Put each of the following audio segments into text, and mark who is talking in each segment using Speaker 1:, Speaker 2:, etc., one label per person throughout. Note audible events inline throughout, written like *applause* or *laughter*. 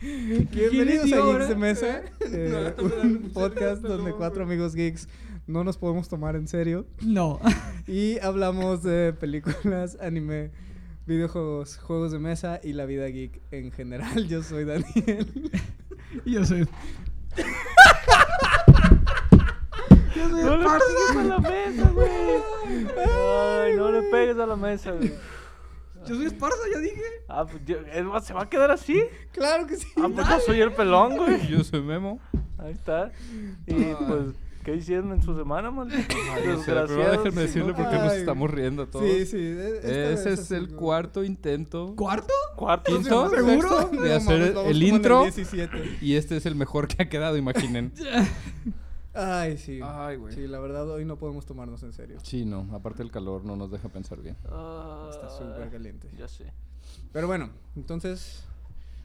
Speaker 1: Bienvenidos a Geeks de Mesa, *laughs* eh, un podcast donde cuatro amigos geeks no nos podemos tomar en serio
Speaker 2: No. *laughs*
Speaker 1: y hablamos de *laughs* películas, anime, videojuegos, juegos de mesa y la vida geek en general. Yo soy Daniel.
Speaker 2: Y yo soy. yo soy el parce.
Speaker 3: a la mesa, güey. Ay, no le pegues a la mesa, güey.
Speaker 2: Yo soy Esparza, ya dije.
Speaker 3: Ah, pues, yo- es más, ¿se va a quedar así?
Speaker 1: Claro que sí.
Speaker 3: Ah, pues yo soy el pelón, güey.
Speaker 4: Yo soy Memo.
Speaker 3: Ahí está. Y pues, ¿qué hicieron en su semana, maldito?
Speaker 4: Pero
Speaker 3: si
Speaker 4: déjenme
Speaker 3: no-
Speaker 4: decirle pues, por qué nos
Speaker 1: Ay.
Speaker 4: estamos riendo todos. Eh,
Speaker 1: Sí, sí. e- esta vez
Speaker 4: Ese es
Speaker 1: así
Speaker 4: el
Speaker 1: como-
Speaker 4: cuarto intento.
Speaker 2: ¿Cuarto?
Speaker 3: Cuarto.
Speaker 4: ¿Quinto?
Speaker 1: ¿Sexto?
Speaker 2: ¿Seguro?
Speaker 1: No
Speaker 4: De hacer
Speaker 1: mames, vamos
Speaker 4: el
Speaker 1: como en
Speaker 4: intro.
Speaker 1: 17.
Speaker 4: Y este es el mejor que ha
Speaker 1: *laughs*
Speaker 4: quedado, imaginen.
Speaker 1: Ay, sí.
Speaker 4: Ay, güey.
Speaker 1: Sí, la verdad, hoy no podemos tomarnos en serio.
Speaker 4: Sí, no. Aparte el calor no nos deja pensar bien.
Speaker 3: Ah,
Speaker 1: Está súper caliente.
Speaker 3: Ya sé.
Speaker 1: Pero bueno, entonces,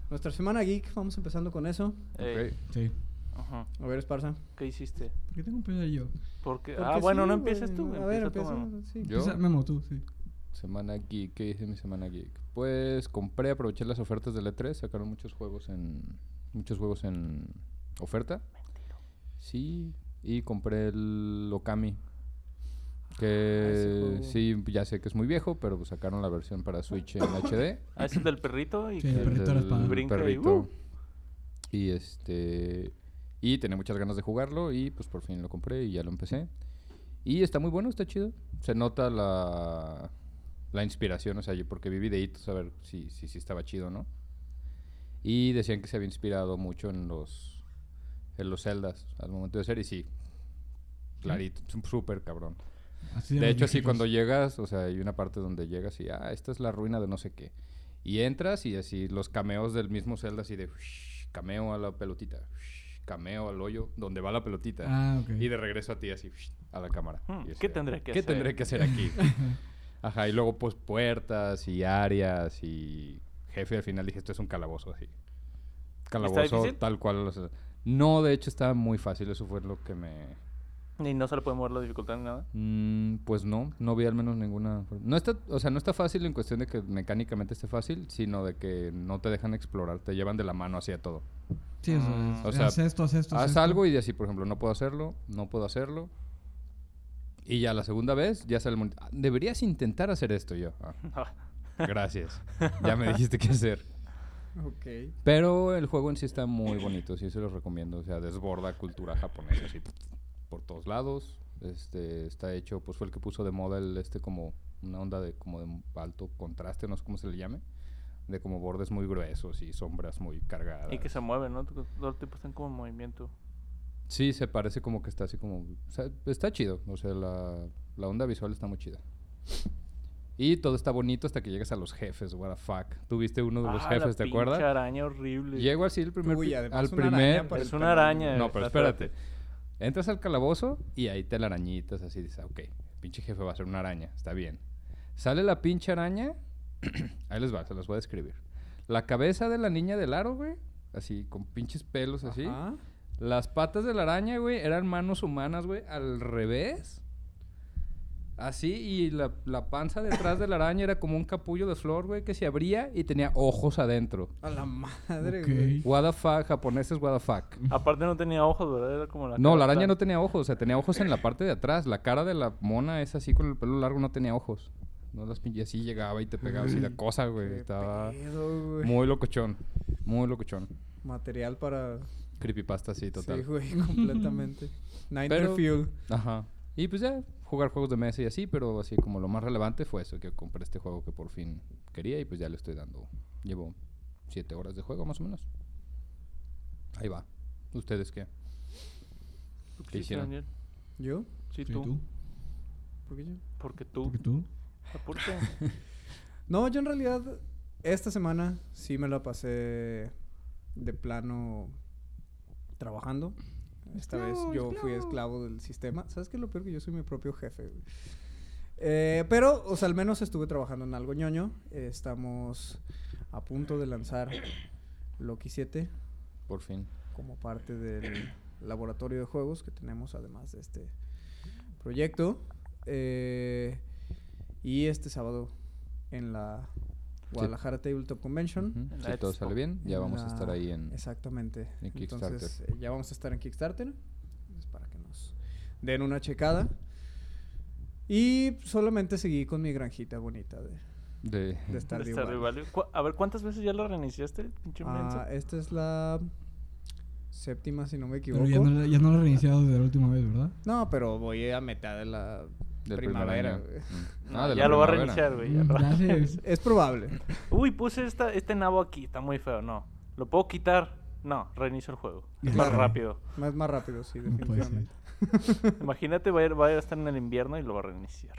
Speaker 1: nuestra semana geek, vamos empezando con eso.
Speaker 3: Ey,
Speaker 4: Ok.
Speaker 2: Sí.
Speaker 3: ajá.
Speaker 1: A ver, Esparza.
Speaker 3: ¿Qué hiciste?
Speaker 2: ¿Por qué tengo que empezar yo?
Speaker 3: Porque,
Speaker 1: Porque
Speaker 3: ah, bueno,
Speaker 1: sí,
Speaker 3: no
Speaker 1: güey,
Speaker 3: empieces tú,
Speaker 1: no,
Speaker 3: güey.
Speaker 1: A ver,
Speaker 3: empieza tu
Speaker 1: empieza.
Speaker 3: mamá.
Speaker 1: sí.
Speaker 4: Yo.
Speaker 2: Empieza- Memo, tú, sí.
Speaker 4: Semana Geek. ¿Qué hice mi semana Geek? Pues compré, aproveché las ofertas del E3. Sacaron muchos juegos en... Muchos juegos en oferta. Sí. Y compré el Okami.
Speaker 1: Ah, ese
Speaker 4: Que
Speaker 1: juego.
Speaker 4: sí, ya sé que es muy viejo, pero pues, sacaron la versión para Switch en HD.
Speaker 3: Ah, es el del perrito y
Speaker 2: Sí,
Speaker 3: que-
Speaker 2: el perrito de la
Speaker 4: del
Speaker 2: espada.
Speaker 3: Brinca y
Speaker 4: perrito.
Speaker 3: ¡uh!
Speaker 4: Y este. Y tenía muchas ganas de jugarlo y pues por fin lo compré y ya lo empecé. Y está muy bueno, está chido. Se nota la, la inspiración, o sea, yo porque vi videitos a ver si, si, si estaba chido o no. Y decían que se había inspirado mucho en los en los Zeldas al momento de hacer y sí. Clarito, es un súper cabrón.
Speaker 2: Así
Speaker 4: De
Speaker 2: los
Speaker 4: hecho, sí,
Speaker 2: viejitos.
Speaker 4: cuando llegas, o sea, hay una parte donde llegas y, ah, esta es la ruina de no sé qué. Y entras y así los cameos del mismo Zelda, así de, "Ush, cameo a la pelotita, ush, cameo al hoyo, donde va la pelotita.
Speaker 2: Ah, ok.
Speaker 4: Y de regreso a ti, así, "Ush", a la cámara.
Speaker 3: Hmm,
Speaker 4: Y así
Speaker 3: ¿qué
Speaker 4: de,
Speaker 3: tendré que
Speaker 4: ¿Qué
Speaker 3: hacer?
Speaker 4: tendré que
Speaker 2: *laughs*
Speaker 4: hacer aquí? Ajá, y luego, pues, puertas y áreas y jefe. Al final dije, esto es un calabozo, así. Calabozo
Speaker 3: difícil?
Speaker 4: tal cual. o sea, no, de hecho, estaba muy fácil. Eso fue lo que me...
Speaker 3: Y no se le puede mover la dificultad ni nada.
Speaker 4: Mm, pues no, no vi al menos ninguna. for- No está, o sea, no está fácil en cuestión de que mecánicamente esté fácil, sino de que no te dejan explorar, te llevan de la mano hacia todo.
Speaker 2: Sí, eso
Speaker 3: Mm,
Speaker 2: es.
Speaker 4: o sea,
Speaker 2: haz esto, haz esto.
Speaker 4: Haz
Speaker 2: esto.
Speaker 4: algo y de así, por ejemplo, no puedo hacerlo, no puedo hacerlo. Y ya la segunda vez, ya sale el monitor. "Ah, Deberías intentar hacer esto yo. "Ah, gracias. ya me dijiste qué hacer.
Speaker 1: Ok.
Speaker 4: Pero el juego en sí está muy bonito, sí se los recomiendo. O sea, desborda cultura japonesa así por todos lados. Este está hecho, pues fue el que puso de moda el este como una onda de como de alto contraste, no sé cómo se le llame, de como bordes muy gruesos y sombras muy cargadas.
Speaker 3: *laughs* Y que se mueven, ¿no? Todo todo el tiempo están como en movimiento.
Speaker 4: Sí, se parece como que está así como. o sea, está chido. O sea, la, la onda visual está muy chida. Y todo está bonito hasta que llegas a los jefes, what the fuck. Tuviste uno de los
Speaker 3: Ah, la
Speaker 4: jefes, ¿te acuerdas?
Speaker 3: pinche araña horrible.
Speaker 4: Llego así el primer
Speaker 1: Uy,
Speaker 4: pi-
Speaker 1: además
Speaker 4: al
Speaker 1: una araña
Speaker 4: primer
Speaker 1: por el
Speaker 3: Es una
Speaker 1: tamaño.
Speaker 3: araña.
Speaker 4: No, pero
Speaker 3: espérate.
Speaker 4: espérate. Entras al calabozo y ahí te arañitas así dices, "Ah, ok, pinche jefe va a ser una araña, está bien. Sale la pinche araña, *clears throat* ahí les va, se los voy a describir. La cabeza de la niña del aro, güey, así con pinches pelos así.
Speaker 1: Ajá.
Speaker 4: Las patas de la araña, güey, eran manos humanas, güey, al revés. Así, y la, la panza detrás de la araña era como un capullo de flor, güey, que se abría y tenía ojos adentro.
Speaker 1: A la madre,
Speaker 2: Ok.
Speaker 1: güey.
Speaker 4: What the fuck, japoneses, what the fuck.
Speaker 3: Aparte no tenía ojos, ¿verdad? Era como la
Speaker 4: No,
Speaker 3: cara
Speaker 4: la araña
Speaker 3: plana.
Speaker 4: no tenía ojos, o sea, tenía ojos en la parte de atrás. La cara de la mona es así con el pelo largo, no tenía ojos. No las pin- y así llegaba y te pegaba
Speaker 1: *laughs*
Speaker 4: así la cosa, güey.
Speaker 1: Qué
Speaker 4: Estaba
Speaker 1: pedo, güey.
Speaker 4: muy locochón, muy locochón.
Speaker 1: Material para.
Speaker 4: Creepypasta, sí,
Speaker 1: Sí,
Speaker 4: total.
Speaker 1: güey, *laughs*
Speaker 4: *laughs*
Speaker 1: completamente. Nightmare
Speaker 4: Pero-
Speaker 1: Fuel.
Speaker 4: Ajá. Y pues ya, jugar juegos de mesa y así, pero así como lo más relevante fue eso, que compré este juego que por fin quería y pues ya le estoy dando. Llevo siete horas de juego más o menos. Ahí va. ¿Ustedes qué?
Speaker 3: ¿Tú
Speaker 4: ¿Qué hicieron?
Speaker 3: Daniel?
Speaker 1: ¿Yo?
Speaker 3: Sí,
Speaker 2: Sí,
Speaker 3: tú.
Speaker 2: tú?
Speaker 1: ¿Por qué yo?
Speaker 3: Porque tú.
Speaker 2: Porque tú? *laughs*
Speaker 3: Apúrate.
Speaker 1: No, yo en realidad, esta semana sí me la pasé de plano trabajando. Esta
Speaker 2: Esclavo,
Speaker 1: vez yo fui
Speaker 2: esclavo.
Speaker 1: esclavo del sistema. ¿Sabes qué es lo peor? Que yo soy mi propio jefe. güey. Eh, pero, o sea, al menos estuve trabajando en algo ñoño. Eh, estamos a punto de lanzar Loki 7
Speaker 4: Por fin.
Speaker 1: como parte del *clears throat* laboratorio de juegos que tenemos además de este proyecto. Eh, y este sábado en la Guadalajara Tabletop Convention.
Speaker 4: Ujú.
Speaker 3: En la
Speaker 4: Si todo
Speaker 3: expo.
Speaker 4: sale bien, ya
Speaker 1: en
Speaker 4: vamos a estar
Speaker 1: la-
Speaker 4: ahí en...
Speaker 1: Exactamente.
Speaker 4: en
Speaker 1: Entonces, eh, ya vamos a estar en Kickstarter. Entonces, para que nos den una checada. Y solamente seguí con mi granjita bonita de,
Speaker 4: de-
Speaker 1: de
Speaker 3: De
Speaker 1: Stardew
Speaker 2: eh.
Speaker 1: Valley.
Speaker 3: Stardew Valley. Pues Cu- A ver, ¿cuántas veces ya lo reiniciaste, pinche menso?
Speaker 1: Ah,
Speaker 2: eh,
Speaker 1: esta es la séptima, si no me equivoco.
Speaker 2: Pero ya no, la- ya no lo he reiniciado desde la última vez, ¿verdad?
Speaker 1: No, pero voy a mitad de la
Speaker 4: del primer
Speaker 1: primavera.
Speaker 4: año.
Speaker 1: güey.
Speaker 3: *laughs*
Speaker 4: Mm.
Speaker 3: No,
Speaker 4: Ah, de la
Speaker 3: ya lo va a
Speaker 4: primavera.
Speaker 3: reiniciar, güey. ya
Speaker 2: Mm,
Speaker 3: lo va-
Speaker 2: ya
Speaker 1: Es,
Speaker 2: sé.
Speaker 1: *laughs* es probable.
Speaker 3: Uy, puse esta, este nabo aquí, está muy feo, no. ¿Lo puedo quitar? No, reinicio el
Speaker 2: *laughs*
Speaker 3: juego. Es más
Speaker 1: Claro.
Speaker 3: rápido.
Speaker 1: Más, más rápido, sí,
Speaker 2: No puede ser.
Speaker 1: definitivamente.
Speaker 3: Imagínate, va a, ir- va a estar en el invierno y lo va a reiniciar.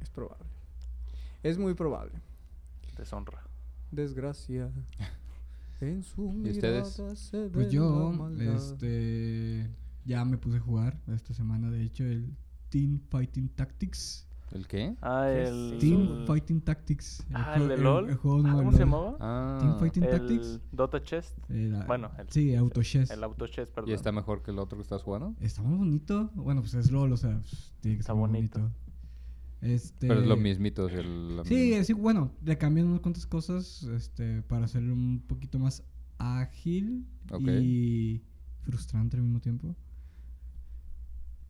Speaker 1: Es probable. Es muy probable.
Speaker 3: Deshonra.
Speaker 2: *laughs*
Speaker 1: Desgracia. En su
Speaker 4: ¿Y ustedes?
Speaker 1: mirada se
Speaker 2: Pues
Speaker 1: ve la
Speaker 2: yo,
Speaker 1: maldad.
Speaker 2: este. Ya me puse a jugar esta semana, de hecho, el Team Fighting Tactics.
Speaker 4: ¿El qué?
Speaker 3: Ah,
Speaker 1: ¿Qué es
Speaker 3: el.
Speaker 2: Team Fighting Tactics.
Speaker 3: Ah,
Speaker 2: jue-
Speaker 3: el de LOL.
Speaker 2: el juego
Speaker 3: Ah,
Speaker 2: nuevo de
Speaker 3: ¿Cómo se
Speaker 2: LOL.
Speaker 3: llamaba?
Speaker 4: Ah,
Speaker 2: Team Fighting Tactics.
Speaker 3: El Dota Chest.
Speaker 2: Era-
Speaker 3: Bueno, el-
Speaker 2: sí, Autochess.
Speaker 3: El Auto Chest, perdón.
Speaker 4: ¿Y está mejor que el otro que estás jugando?
Speaker 2: Está muy bonito. Bueno, pues es LOL, o sea, pues, tiene que
Speaker 3: Está
Speaker 2: estar muy
Speaker 3: bonito.
Speaker 2: Este,
Speaker 4: Pero es lo mismito. es el- la
Speaker 2: Sí,
Speaker 4: misma-
Speaker 2: sí, bueno, le cambian unas cuantas cosas este, para hacerlo un poquito más ágil
Speaker 4: Ok.
Speaker 2: y frustrante al mismo tiempo.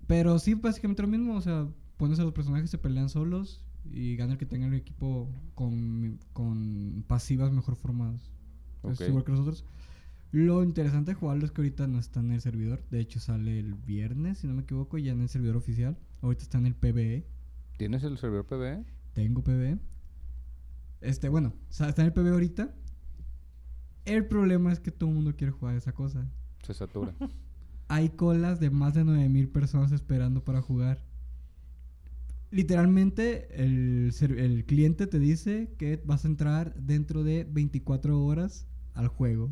Speaker 2: Pero sí, básicamente lo mismo, o sea, pones a los personajes, se pelean solos y gana el que tenga el equipo con, con pasivas mejor formadas. Es
Speaker 4: Ok.
Speaker 2: igual que los otros. Lo interesante de jugarlo es que ahorita no está en el servidor. De hecho, sale el viernes, si no me equivoco, ya en el servidor oficial. Ahorita está en el E. PBE.
Speaker 4: ¿Tienes el servidor PB?
Speaker 2: Tengo PB. Este, bueno, o sea, está en el PB ahorita. El problema es que todo el mundo quiere jugar esa cosa. *laughs*
Speaker 4: Se satura.
Speaker 2: Hay colas de más de 9000 personas esperando para jugar. Literalmente, el, ser- el cliente te dice que vas a entrar dentro de 24 horas al juego.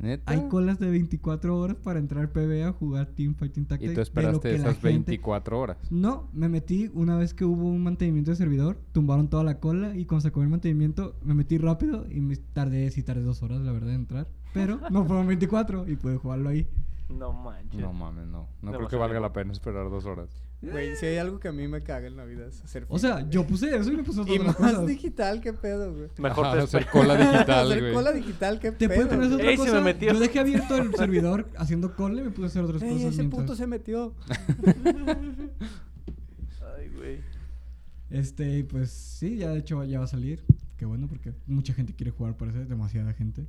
Speaker 4: ¿Neta?
Speaker 2: Hay colas de 24 horas para entrar al PB a jugar Team Fighting Tactics.
Speaker 4: Y
Speaker 2: de
Speaker 4: tú
Speaker 2: lo
Speaker 4: esperaste
Speaker 2: que la
Speaker 4: esas
Speaker 2: gente- Mm.
Speaker 4: 24 horas.
Speaker 2: no, me metí una vez que hubo un mantenimiento de servidor, tumbaron toda la cola y cuando se acabó el mantenimiento me metí rápido y me tardé, sí tardé dos horas la verdad en entrar, pero no fueron 24 y pude jugarlo ahí.
Speaker 3: No manches.
Speaker 4: No mames, no. No creo
Speaker 3: Demasiado
Speaker 4: que valga
Speaker 3: tiempo.
Speaker 4: la pena esperar dos horas.
Speaker 1: Güey, si hay algo que a mí me caga en la vida es hacer
Speaker 2: O sea, yo puse eso y le puse
Speaker 1: fila. Y
Speaker 2: otra
Speaker 1: más
Speaker 2: cosa.
Speaker 1: digital, qué pedo, güey.
Speaker 3: Mejor
Speaker 4: Ajá,
Speaker 3: te
Speaker 4: Ah, hacer
Speaker 3: espe-
Speaker 2: *laughs*
Speaker 4: cola *laughs* digital,
Speaker 1: *laughs* hacer
Speaker 4: güey.
Speaker 1: cola digital, qué pedo. Eh,
Speaker 2: Después de poner
Speaker 1: güey.
Speaker 2: esa otra
Speaker 3: Ey, se me
Speaker 2: cosa,
Speaker 3: metió.
Speaker 2: yo dejé abierto el servidor haciendo cola y me puse a hacer otras
Speaker 1: Ey,
Speaker 2: cosas
Speaker 1: ese puto
Speaker 2: mientras.
Speaker 1: se
Speaker 4: *laughs*
Speaker 1: metió.
Speaker 3: Ay, güey.
Speaker 2: Este, pues sí, ya de hecho ya va a salir. Qué bueno, porque mucha gente quiere jugar, parece, demasiada gente.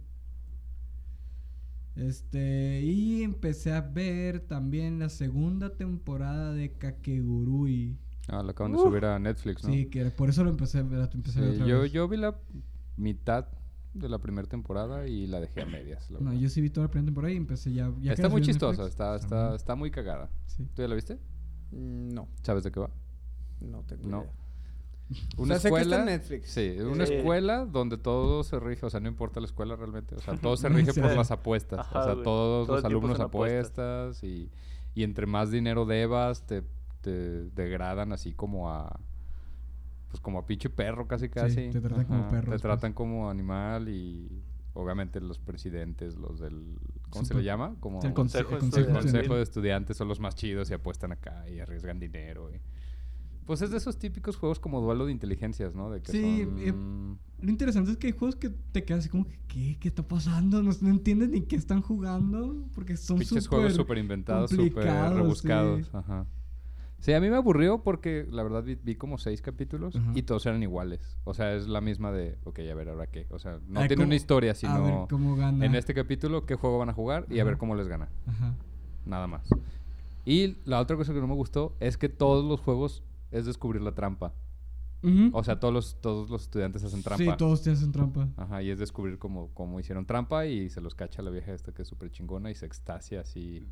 Speaker 2: Este, y empecé a ver también la segunda temporada de Kakegurui.
Speaker 4: Ah, lo acaban de subir a Netflix, ¿no?
Speaker 2: Sí, que por eso lo empecé a ver, la empecé a ver
Speaker 4: Ah. Sí,
Speaker 2: otra
Speaker 4: yo,
Speaker 2: vez.
Speaker 4: yo vi la mitad de la primera temporada y la dejé a medias. la
Speaker 2: No,
Speaker 4: verdad.
Speaker 2: yo sí vi toda la primera temporada y empecé ya... ya que
Speaker 4: está
Speaker 2: la
Speaker 4: muy
Speaker 2: subí a
Speaker 4: chistosa,
Speaker 2: Netflix.
Speaker 4: está, está, está muy cagada.
Speaker 2: Sí.
Speaker 4: ¿Tú ya la viste?
Speaker 1: Mm, No,
Speaker 4: ¿Sabes de qué va?
Speaker 1: no tengo
Speaker 4: No.
Speaker 1: idea.
Speaker 4: Una
Speaker 1: o sea, sé que está
Speaker 4: escuela.
Speaker 1: en Netflix.
Speaker 4: Sí, una
Speaker 3: Sí.
Speaker 4: escuela donde todo se rige, o sea, no importa la escuela realmente, o sea, todo se
Speaker 2: No,
Speaker 4: rige
Speaker 2: sí.
Speaker 4: por las apuestas,
Speaker 3: Ajá,
Speaker 4: o sea,
Speaker 3: güey.
Speaker 4: todos
Speaker 3: Todo el
Speaker 4: los
Speaker 3: tiempo
Speaker 4: alumnos
Speaker 3: son
Speaker 4: apuestas,
Speaker 3: apuestas.
Speaker 4: y, y entre más dinero debas, te, te degradan así como a, pues como a pinche perro casi casi.
Speaker 2: te tratan como perro
Speaker 4: Te
Speaker 2: después.
Speaker 4: tratan como animal y obviamente los presidentes, los del, ¿cómo se
Speaker 2: Super-
Speaker 4: le llama? Como
Speaker 2: El
Speaker 4: Este consejo,
Speaker 2: conse- el
Speaker 3: Consejo
Speaker 2: consejo,
Speaker 3: Estudiantil.
Speaker 2: sí.
Speaker 4: de estudiantes son los más chidos y apuestan acá y arriesgan dinero. y- Pues es de esos típicos juegos como duelo de inteligencias, ¿no? De que
Speaker 2: Sí, eh,
Speaker 4: son-
Speaker 2: Lo interesante es que hay juegos que te quedas así como que, ¿qué? ¿Qué está pasando? No, no entiendes ni qué están jugando porque son
Speaker 4: Pinches juegos
Speaker 2: súper-
Speaker 4: súper inventados, súper
Speaker 2: complicados, sí.
Speaker 4: rebuscados. Ajá. Sí, a mí me aburrió porque la verdad vi, vi como seis capítulos
Speaker 2: Ajá.
Speaker 4: y todos eran iguales. O sea, es la misma de, ok, a ver, ahora qué. O sea, no
Speaker 2: Ah,
Speaker 4: tiene
Speaker 2: ¿cómo?
Speaker 4: una historia,
Speaker 2: A ver
Speaker 4: sino
Speaker 2: cómo gana.
Speaker 4: en este capítulo qué juego van a jugar y a ver
Speaker 2: Ajá.
Speaker 4: cómo les gana.
Speaker 2: Ajá.
Speaker 4: Nada más. Y la otra cosa que no me gustó es que todos los juegos es descubrir la trampa.
Speaker 2: Ujú.
Speaker 4: O sea, todos los, todos los estudiantes hacen trampa.
Speaker 2: Sí, todos te hacen trampa.
Speaker 4: Ajá, y es descubrir cómo, cómo hicieron trampa y se los cacha la vieja esta que es súper chingona y se extasia así.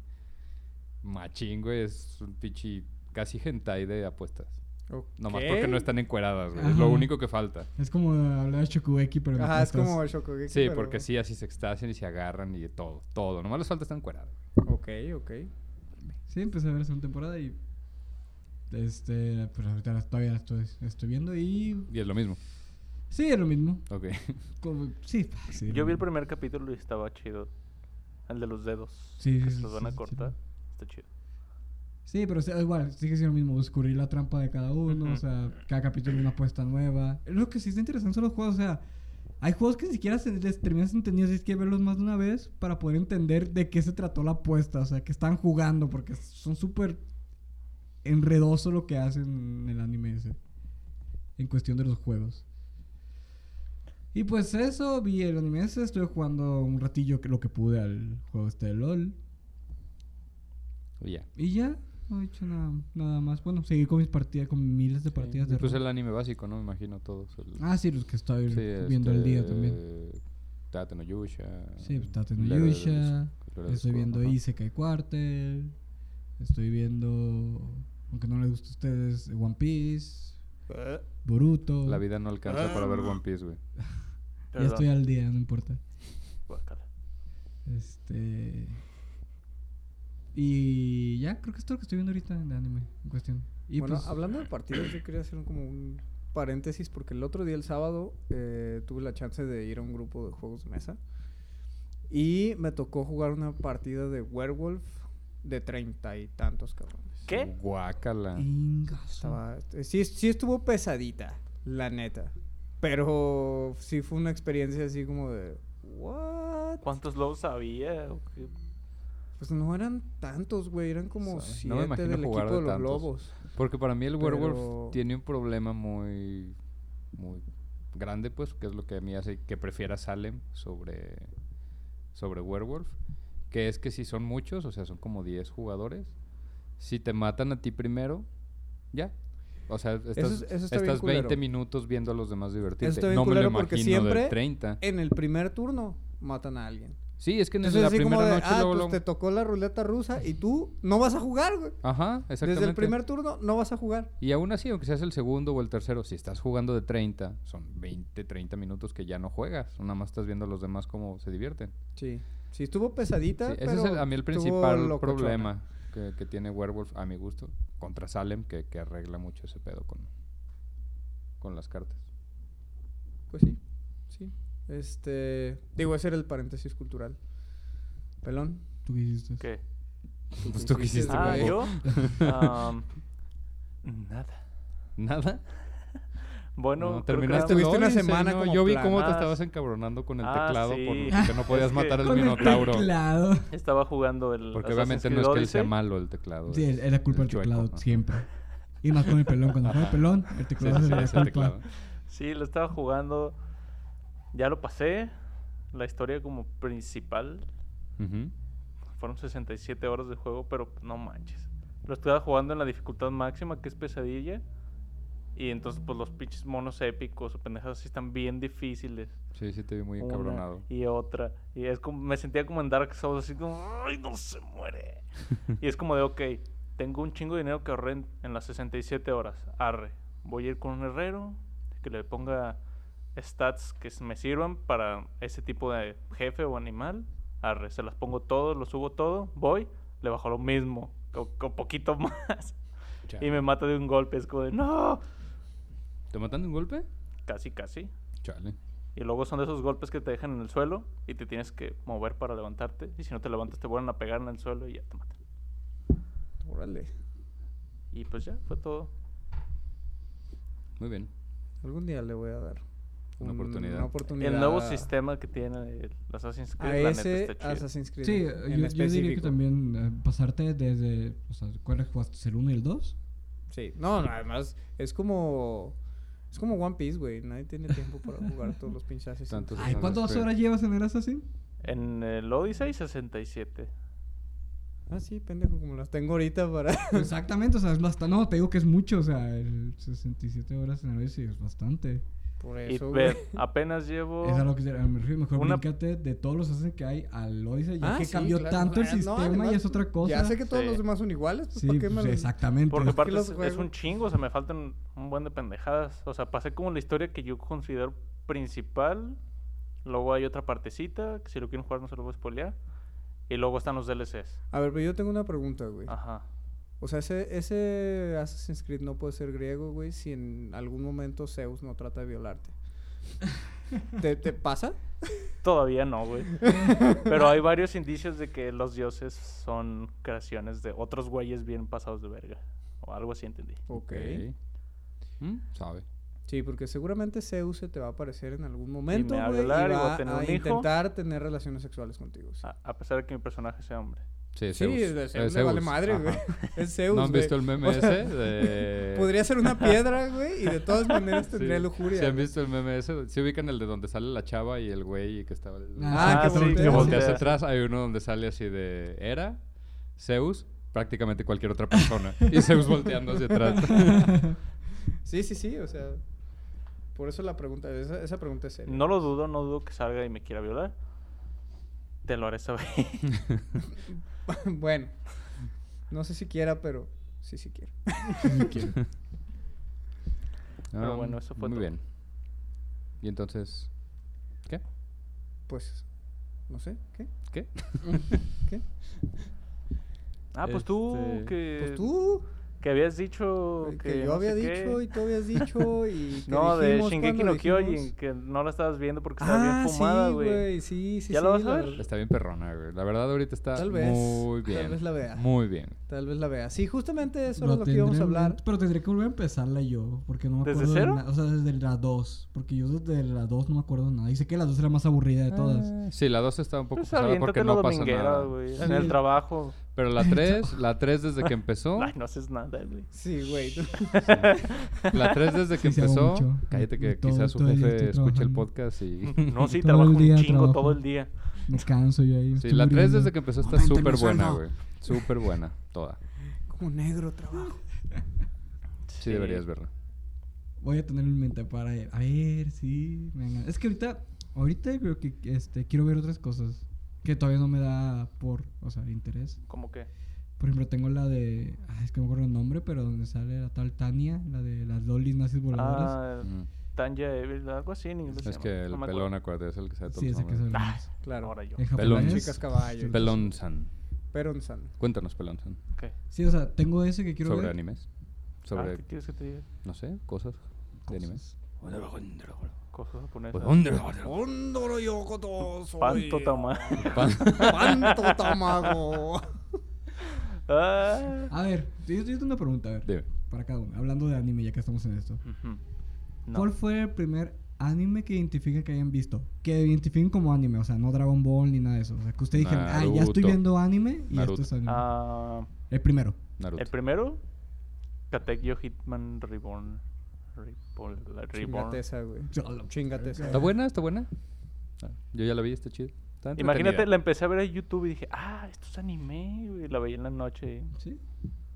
Speaker 4: Machín, güey, es un pichi casi hentai de apuestas. Nomás porque no
Speaker 1: Ok.
Speaker 4: están encueradas, güey. Es lo
Speaker 2: Ajá.
Speaker 4: único que falta.
Speaker 2: Es como eh, hablar de Shokugeki, pero en
Speaker 1: Ajá, es
Speaker 2: apuestas.
Speaker 1: como el Shokugeki.
Speaker 4: Sí,
Speaker 1: pero-
Speaker 4: porque sí, así se extasian y se agarran y todo, todo. Nomás les falta estar encueradas.
Speaker 1: Ok, ok.
Speaker 2: Sí, empecé a ver la segunda temporada y... Este, pues ahorita la- todavía la estoy, estoy viendo y...
Speaker 4: Y es lo mismo.
Speaker 2: Sí, es lo mismo.
Speaker 4: Ok. *laughs*
Speaker 2: Como- sí, sí,
Speaker 3: Yo vi el
Speaker 2: lo mismo.
Speaker 3: primer capítulo y estaba chido. El de los dedos.
Speaker 2: Sí,
Speaker 3: que
Speaker 2: sí,
Speaker 3: se los
Speaker 2: sí,
Speaker 3: van a
Speaker 2: sí, sí.
Speaker 3: cortar. Está chido.
Speaker 2: Sí, pero o sea, igual, sigue siendo lo mismo, descubrir la trampa de cada uno,
Speaker 3: Ujú.
Speaker 2: o sea, cada capítulo una apuesta nueva. Lo que sí está interesante son los juegos, o sea, hay juegos que ni siquiera se les terminas entendiendo, así es que verlos más de una vez para poder entender de qué se trató la apuesta, o sea, que están jugando, porque son súper enredoso lo que hacen en el anime ese, en cuestión de los juegos. Y pues eso, vi el anime ese, estuve jugando un ratillo que- lo que pude al juego este de LOL.
Speaker 4: Y ya.
Speaker 2: Y ya, no he hecho nada, nada más. Bueno, seguí con mis partidas, con miles de partidas de
Speaker 4: pues
Speaker 2: rol.
Speaker 4: el anime básico, ¿no? Me imagino todos. El,
Speaker 2: Ah, sí, los que estoy
Speaker 4: sí,
Speaker 2: viendo al
Speaker 4: este,
Speaker 2: día también.
Speaker 4: Tate no Yusha.
Speaker 2: Sí, pues, Tate no
Speaker 4: Lero de los-
Speaker 2: Yusha,
Speaker 4: Lero
Speaker 2: Estoy
Speaker 4: de Escudo,
Speaker 2: viendo
Speaker 4: ajá.
Speaker 2: Isekai Quartel. Estoy viendo, aunque no les guste a ustedes, One Piece,
Speaker 1: Eh.
Speaker 2: Boruto.
Speaker 4: La vida no alcanza para ver One Piece, güey.
Speaker 2: Ya estoy al día, no importa.
Speaker 3: Guácala.
Speaker 2: Este. Y ya, creo que es todo lo que estoy viendo ahorita de anime en cuestión. Y
Speaker 1: bueno,
Speaker 2: pues,
Speaker 1: hablando de partidos, yo quería hacer un- como un paréntesis porque el otro día, el sábado, eh, tuve la chance de ir a un grupo de juegos de mesa y me tocó jugar una partida de Werewolf de treinta y tantos cabrones.
Speaker 3: ¿Qué?
Speaker 4: Guácala.
Speaker 2: Ingazo.
Speaker 1: Estaba, eh, sí, sí estuvo pesadita, la neta. Pero sí fue una experiencia así como de... ¿What?
Speaker 3: ¿Cuántos lobos había? ¿O qué?
Speaker 1: Pues no eran tantos, güey. Eran como
Speaker 4: ¿Sabes?
Speaker 1: siete
Speaker 4: No me imagino
Speaker 1: del equipo
Speaker 4: jugar
Speaker 1: de,
Speaker 4: de
Speaker 1: los
Speaker 4: tantos.
Speaker 1: lobos.
Speaker 4: Porque para mí el
Speaker 1: Pero-
Speaker 4: werewolf tiene un problema muy, muy grande, pues, que es lo que a mí hace que prefiera Salem sobre, sobre werewolf, que es que si son muchos, o sea, son como 10 jugadores, si te matan a ti primero, ya. O sea,
Speaker 1: es-
Speaker 4: estás,
Speaker 1: eso está bien
Speaker 4: estás 20
Speaker 1: culero.
Speaker 4: minutos viendo a los demás divertirse.
Speaker 1: Eso está bien
Speaker 4: no me lo
Speaker 1: culero porque
Speaker 4: imagino de
Speaker 1: siempre
Speaker 4: 30.
Speaker 1: En el primer turno matan a alguien.
Speaker 4: Sí, es que en
Speaker 1: Entonces
Speaker 4: la
Speaker 1: así como
Speaker 4: primera
Speaker 1: de,
Speaker 4: noche
Speaker 1: ah,
Speaker 4: luego,
Speaker 1: pues
Speaker 4: luego-
Speaker 1: te tocó la ruleta rusa y tú no vas a jugar, güey.
Speaker 4: Ajá, exactamente.
Speaker 1: Desde el primer turno no vas a jugar.
Speaker 4: Y aún así, aunque seas el segundo o el tercero, si estás jugando de 30, son 20, 30 minutos que ya no juegas. Nada más estás viendo a los demás cómo se divierten.
Speaker 1: Sí. Sí, estuvo pesadita,
Speaker 4: Sí, ese
Speaker 1: pero
Speaker 4: es el- a mí el
Speaker 1: estuvo
Speaker 4: principal
Speaker 1: locochona.
Speaker 4: problema que, que tiene Werewolf, a mi gusto, contra Salem, que, que arregla mucho ese pedo con, con las cartas.
Speaker 1: Pues sí, sí. Este... Digo, ese era el paréntesis cultural. Pelón.
Speaker 2: ¿Tú qué hiciste?
Speaker 3: ¿Qué?
Speaker 4: Pues tú qué hiciste,
Speaker 3: Ah,
Speaker 4: güey.
Speaker 1: güey?
Speaker 4: *laughs*
Speaker 3: yo. Am, nada.
Speaker 4: Nada.
Speaker 3: Bueno,
Speaker 4: No,
Speaker 3: creo que
Speaker 4: terminaste
Speaker 3: nada
Speaker 1: Estuviste
Speaker 4: LOL,
Speaker 1: una
Speaker 4: en serio,
Speaker 1: semana
Speaker 4: no,
Speaker 1: como
Speaker 4: Yo vi
Speaker 1: plan.
Speaker 4: cómo te
Speaker 3: Ah,
Speaker 4: estabas encabronando con el
Speaker 3: ah,
Speaker 4: teclado
Speaker 3: sí.
Speaker 4: por- porque no
Speaker 3: *laughs*
Speaker 4: podías
Speaker 3: Es
Speaker 4: matar
Speaker 3: que-
Speaker 4: al
Speaker 2: Con el
Speaker 4: minotauro.
Speaker 2: teclado.
Speaker 3: más Estaba jugando el.
Speaker 4: Porque
Speaker 3: Assassin's
Speaker 4: obviamente no
Speaker 3: Creed
Speaker 4: es que él sea
Speaker 3: Odyssey.
Speaker 4: malo el teclado.
Speaker 2: Sí,
Speaker 4: es-
Speaker 2: es la culpa
Speaker 4: es
Speaker 2: del
Speaker 4: chueco,
Speaker 2: teclado,
Speaker 4: ajá.
Speaker 2: siempre. Y más con el pelón, cuando juega el pelón, el
Speaker 4: *laughs* Sí,
Speaker 2: teclado
Speaker 4: sí,
Speaker 2: es
Speaker 4: sí,
Speaker 2: la
Speaker 4: es el
Speaker 2: culpa.
Speaker 4: teclado.
Speaker 3: Sí, lo estaba jugando. Ya lo pasé. La historia como principal.
Speaker 4: Ujú.
Speaker 3: Fueron 67 horas de juego, pero no manches. Lo estaba jugando en la dificultad máxima, que es pesadilla. Y entonces, pues los pinches monos épicos o pendejadas así están bien difíciles.
Speaker 4: Sí, sí te vi muy
Speaker 3: Una
Speaker 4: encabronado.
Speaker 3: y otra. Y es como, me sentía como en Dark Souls, así como, ¡ay, no se muere!
Speaker 4: *laughs*
Speaker 3: y es como de, ok, tengo un chingo de dinero que ahorré en, en las 67 horas. Arre, voy a ir con un herrero que le ponga stats que s- me sirvan para ese tipo de jefe o animal. Arre, se las pongo todo, lo subo todo, voy, le bajo lo mismo, con, con poquito *laughs* más.
Speaker 4: Chale.
Speaker 3: y me mata de un golpe, es como de, ¡no!
Speaker 4: ¿Te matan de un golpe?
Speaker 3: Casi, casi.
Speaker 4: Chale.
Speaker 3: Y luego son de esos golpes que te dejan en el suelo y te tienes que mover para levantarte. Y si no te levantas, te vuelven a pegar en el suelo y ya te matan.
Speaker 1: Órale.
Speaker 3: Y pues ya, fue todo.
Speaker 4: Muy bien.
Speaker 1: Algún día le voy a dar
Speaker 4: Una
Speaker 1: un-
Speaker 4: oportunidad.
Speaker 1: Una oportunidad.
Speaker 3: El nuevo sistema que tiene el Assassin's
Speaker 1: A
Speaker 3: Creed, la
Speaker 1: ese
Speaker 3: neta, está chido.
Speaker 1: Assassin's Creed.
Speaker 2: Sí,
Speaker 1: en
Speaker 2: yo, yo diría que
Speaker 1: específico.
Speaker 2: también eh, pasarte desde. O sea, ¿cuáles jugaste? ¿El 1 y el 2?
Speaker 1: Sí, no, no, además es como. Es como One Piece, güey. Nadie tiene tiempo para jugar todos los
Speaker 4: *laughs*
Speaker 1: pinches Assassin's
Speaker 4: Tantos.
Speaker 1: Creed.
Speaker 2: Ay,
Speaker 4: Pues, no,
Speaker 2: ¿cuántas
Speaker 4: espera.
Speaker 2: horas llevas en el Assassin?
Speaker 3: En el Odyssey 67.
Speaker 1: Ah, sí, pendejo, como las tengo ahorita para. *laughs*
Speaker 2: Exactamente, o sea, es bastante. No, te digo que es mucho, o sea, el 67 horas en el Odyssey es bastante.
Speaker 1: Por
Speaker 3: Y
Speaker 1: eso,
Speaker 3: ve,
Speaker 1: güey. *laughs*
Speaker 3: apenas llevo.
Speaker 2: Es a lo que se- a lo que refiero, mejor
Speaker 3: Una-
Speaker 2: brincate de todos los Assassin que hay al Odyssey, ya
Speaker 1: Ah,
Speaker 2: que
Speaker 1: sí,
Speaker 2: cambió
Speaker 1: claro.
Speaker 2: tanto el
Speaker 1: Ah, no,
Speaker 2: sistema y
Speaker 1: además,
Speaker 2: es otra cosa.
Speaker 1: Ya sé que todos
Speaker 3: Sí.
Speaker 1: los demás son iguales, pues
Speaker 2: Sí,
Speaker 1: ¿para qué
Speaker 2: pues,
Speaker 1: me los-
Speaker 2: exactamente.
Speaker 3: Porque
Speaker 1: ¿por qué
Speaker 3: aparte
Speaker 1: los
Speaker 3: es, es
Speaker 1: juego?
Speaker 3: un chingo, o sea, me faltan un buen de pendejadas. O sea, pasé como la historia que yo considero principal. Luego hay otra partecita, que si lo quieren jugar no se lo voy a spoilear. Y luego están los DLCs.
Speaker 1: A ver, pero yo tengo una pregunta, güey.
Speaker 3: Ajá.
Speaker 1: O sea, ese, ese Assassin's Creed no puede ser griego, güey, si en algún momento Zeus no trata de violarte. ¿Te, te pasa?
Speaker 3: Todavía
Speaker 1: *laughs*
Speaker 3: no, güey. Pero hay varios indicios de que los dioses son creaciones de otros güeyes bien pasados de verga. O algo así entendí.
Speaker 1: Ok.
Speaker 4: Mm, Sabe.
Speaker 1: Sí, porque seguramente Zeus se te va a aparecer en algún momento,
Speaker 3: me va a
Speaker 1: güey, y
Speaker 3: violar y voy a
Speaker 1: va
Speaker 3: tener un
Speaker 1: a
Speaker 3: hijo. Ah.
Speaker 1: intentar tener relaciones sexuales contigo. sí.
Speaker 3: A, a pesar de que mi personaje sea hombre.
Speaker 4: Sí,
Speaker 1: Sí,
Speaker 4: Zeus.
Speaker 1: de
Speaker 4: Eh,
Speaker 1: Zeus le vale
Speaker 4: Zeus,
Speaker 1: madre,
Speaker 4: ajá.
Speaker 1: güey. *laughs* Es Zeus,
Speaker 4: *laughs* ¿No han
Speaker 1: güey.
Speaker 4: visto el meme
Speaker 1: O sea,
Speaker 4: ese? De...
Speaker 1: *laughs* Podría ser una
Speaker 2: *laughs*
Speaker 1: piedra, güey, y de todas maneras tendría
Speaker 4: Sí.
Speaker 1: lujuria.
Speaker 4: ¿Sí han
Speaker 1: güey.
Speaker 4: visto el meme ese? ¿Sí ubican el de donde sale la chava y el güey que estaba...
Speaker 1: Ah, que
Speaker 4: sí,
Speaker 1: voltea.
Speaker 4: que voltea
Speaker 3: Sí.
Speaker 4: hacia atrás. Hay uno donde sale así de... Era, Zeus, prácticamente cualquier otra persona. y Zeus volteando
Speaker 2: *laughs*
Speaker 4: hacia atrás.
Speaker 1: Sí, sí, sí, o sea... Por eso la pregunta, esa, esa pregunta es seria.
Speaker 3: No lo dudo, no dudo que salga y me quiera violar. Te lo haré
Speaker 1: *laughs*
Speaker 3: saber.
Speaker 1: *laughs* bueno, no sé si quiera, pero sí, sí quiero.
Speaker 3: Pero
Speaker 4: Ah,
Speaker 3: bueno, eso fue
Speaker 4: Muy
Speaker 3: todo.
Speaker 4: bien. Y entonces... ¿Qué?
Speaker 1: Pues, no sé, ¿qué?
Speaker 4: ¿Qué?
Speaker 1: ¿Qué?
Speaker 3: Ah, pues tú
Speaker 4: Este,
Speaker 3: que,
Speaker 1: Pues tú, eh,
Speaker 3: que habías dicho
Speaker 1: que,
Speaker 3: Eh,
Speaker 1: yo
Speaker 3: que, no sé
Speaker 1: había
Speaker 3: qué.
Speaker 1: dicho y tú habías dicho
Speaker 3: *laughs*
Speaker 1: y que
Speaker 3: No, de
Speaker 1: dijimos,
Speaker 3: Shingeki
Speaker 1: ¿cuándo
Speaker 3: no
Speaker 1: dijimos?
Speaker 3: Kyojin, que no la estabas viendo porque estaba
Speaker 1: Ah,
Speaker 3: bien fumada,
Speaker 1: sí,
Speaker 3: güey.
Speaker 1: güey, sí, sí,
Speaker 3: ¿Ya
Speaker 1: sí,
Speaker 3: la vas a
Speaker 1: la
Speaker 3: ver?
Speaker 1: verdad.
Speaker 4: Está bien perrona, güey. La verdad ahorita está
Speaker 1: Tal vez,
Speaker 4: muy
Speaker 1: tal
Speaker 4: bien.
Speaker 1: vez la vea.
Speaker 4: Muy bien.
Speaker 1: Tal vez la vea. Sí, justamente eso
Speaker 2: Lo
Speaker 1: era lo que íbamos a
Speaker 2: tendré en
Speaker 1: hablar.
Speaker 2: mente, Pero tendré que volver a empezarla yo, porque no me
Speaker 3: ¿Desde
Speaker 2: acuerdo. de
Speaker 3: cero?
Speaker 2: na- o sea, desde la 2. Porque yo desde la 2 no me acuerdo de nada. Y sé que la 2 es la más aburrida de todas.
Speaker 4: Ah, Sí, la 2 está un poco
Speaker 3: Pues
Speaker 4: pesada porque
Speaker 3: aviéntate la
Speaker 4: no pasa
Speaker 3: dominguera,
Speaker 4: nada.
Speaker 3: güey.
Speaker 2: Sí.
Speaker 3: En el trabajo.
Speaker 4: Pero la 3, la 3 desde
Speaker 3: *laughs*
Speaker 4: que empezó,
Speaker 3: Ay, no haces nada, güey.
Speaker 1: Sí, güey.
Speaker 3: *laughs*
Speaker 4: la 3 desde que
Speaker 2: Sí, se hago
Speaker 4: empezó,
Speaker 2: mucho.
Speaker 4: cállate que
Speaker 2: Todo-
Speaker 4: quizás su
Speaker 2: todo el día
Speaker 4: jefe
Speaker 2: estoy
Speaker 4: escuche el
Speaker 2: trabajando. *laughs*
Speaker 4: podcast
Speaker 3: *laughs*
Speaker 4: y
Speaker 3: No, sí,
Speaker 2: Todo
Speaker 3: trabajo
Speaker 2: el día
Speaker 3: un chingo
Speaker 2: trabajo.
Speaker 3: todo el día.
Speaker 2: Me canso yo ahí. me
Speaker 4: Sí,
Speaker 2: estoy
Speaker 4: la 3
Speaker 2: muriendo.
Speaker 4: desde que empezó está
Speaker 1: Aumentenme
Speaker 4: súper
Speaker 1: el
Speaker 4: buena,
Speaker 1: sueldo.
Speaker 4: güey. Súper buena, toda.
Speaker 1: Como negro trabajo.
Speaker 4: Sí, deberías verla.
Speaker 2: Voy a tener en mente para A ver, sí. Venga. Es que ahorita, ahorita creo que este, quiero ver otras cosas que todavía no me da por, o sea, interés.
Speaker 3: ¿Cómo que?
Speaker 2: Por ejemplo, tengo la de. Ay, es que no me acuerdo el nombre, pero donde sale la tal Tania, la de las lolis nazis voladoras.
Speaker 3: Ah,
Speaker 4: Mm.
Speaker 3: Tanya Evil, algo así en inglés. se
Speaker 4: Es
Speaker 3: llama.
Speaker 4: que el
Speaker 3: No me acuerdo.
Speaker 4: pelón, acuérdate, es el que sabe todo.
Speaker 2: sí, esa que es el
Speaker 3: Ah,
Speaker 1: Claro.
Speaker 3: Ahora yo.
Speaker 2: en
Speaker 4: Pelón.
Speaker 2: japonés.
Speaker 1: Chicas caballo.
Speaker 4: Pelón San.
Speaker 1: Peronsan.
Speaker 4: Cuéntanos, Pelón San.
Speaker 3: Ok.
Speaker 2: Sí, o sea, tengo ese que quiero
Speaker 4: Sobre
Speaker 2: ver.
Speaker 4: animes.
Speaker 3: Ah,
Speaker 4: Sobre,
Speaker 3: ¿Qué quieres que te diga?
Speaker 4: no sé, cosas de animes.
Speaker 3: Cosas japonesas.
Speaker 4: Pues,
Speaker 1: Ondoro yoko to soy.
Speaker 3: Panto tama. *laughs*
Speaker 1: Panto tamago.
Speaker 3: Ah.
Speaker 2: A ver, yo, yo tengo una pregunta, a ver.
Speaker 4: Dime.
Speaker 2: Para cada uno. Hablando de anime, ya que estamos en esto.
Speaker 3: Ujú.
Speaker 2: ¿Cuál fue el primer anime que identifiquen que hayan visto? Que identifiquen como anime, o sea, no Dragon Ball ni nada de eso. O sea, que ustedes dijeron, ah, ya estoy
Speaker 4: Naruto.
Speaker 2: viendo anime y esto
Speaker 4: Naruto.
Speaker 2: es anime.
Speaker 3: Ah,
Speaker 2: El primero.
Speaker 4: Naruto.
Speaker 3: el primero, Katekyo Hitman Reborn. Reborn.
Speaker 1: Chingate
Speaker 3: Reborn.
Speaker 1: esa, güey.
Speaker 2: Cholo.
Speaker 1: Chingate esa.
Speaker 4: ¿Está buena? ¿Está buena? Ah, Yo ya la vi, está chida. Está
Speaker 3: Imagínate,
Speaker 4: entretenida.
Speaker 3: la empecé a ver en YouTube y dije, ah, esto es anime, güey. La veía en la noche.
Speaker 2: ¿Sí?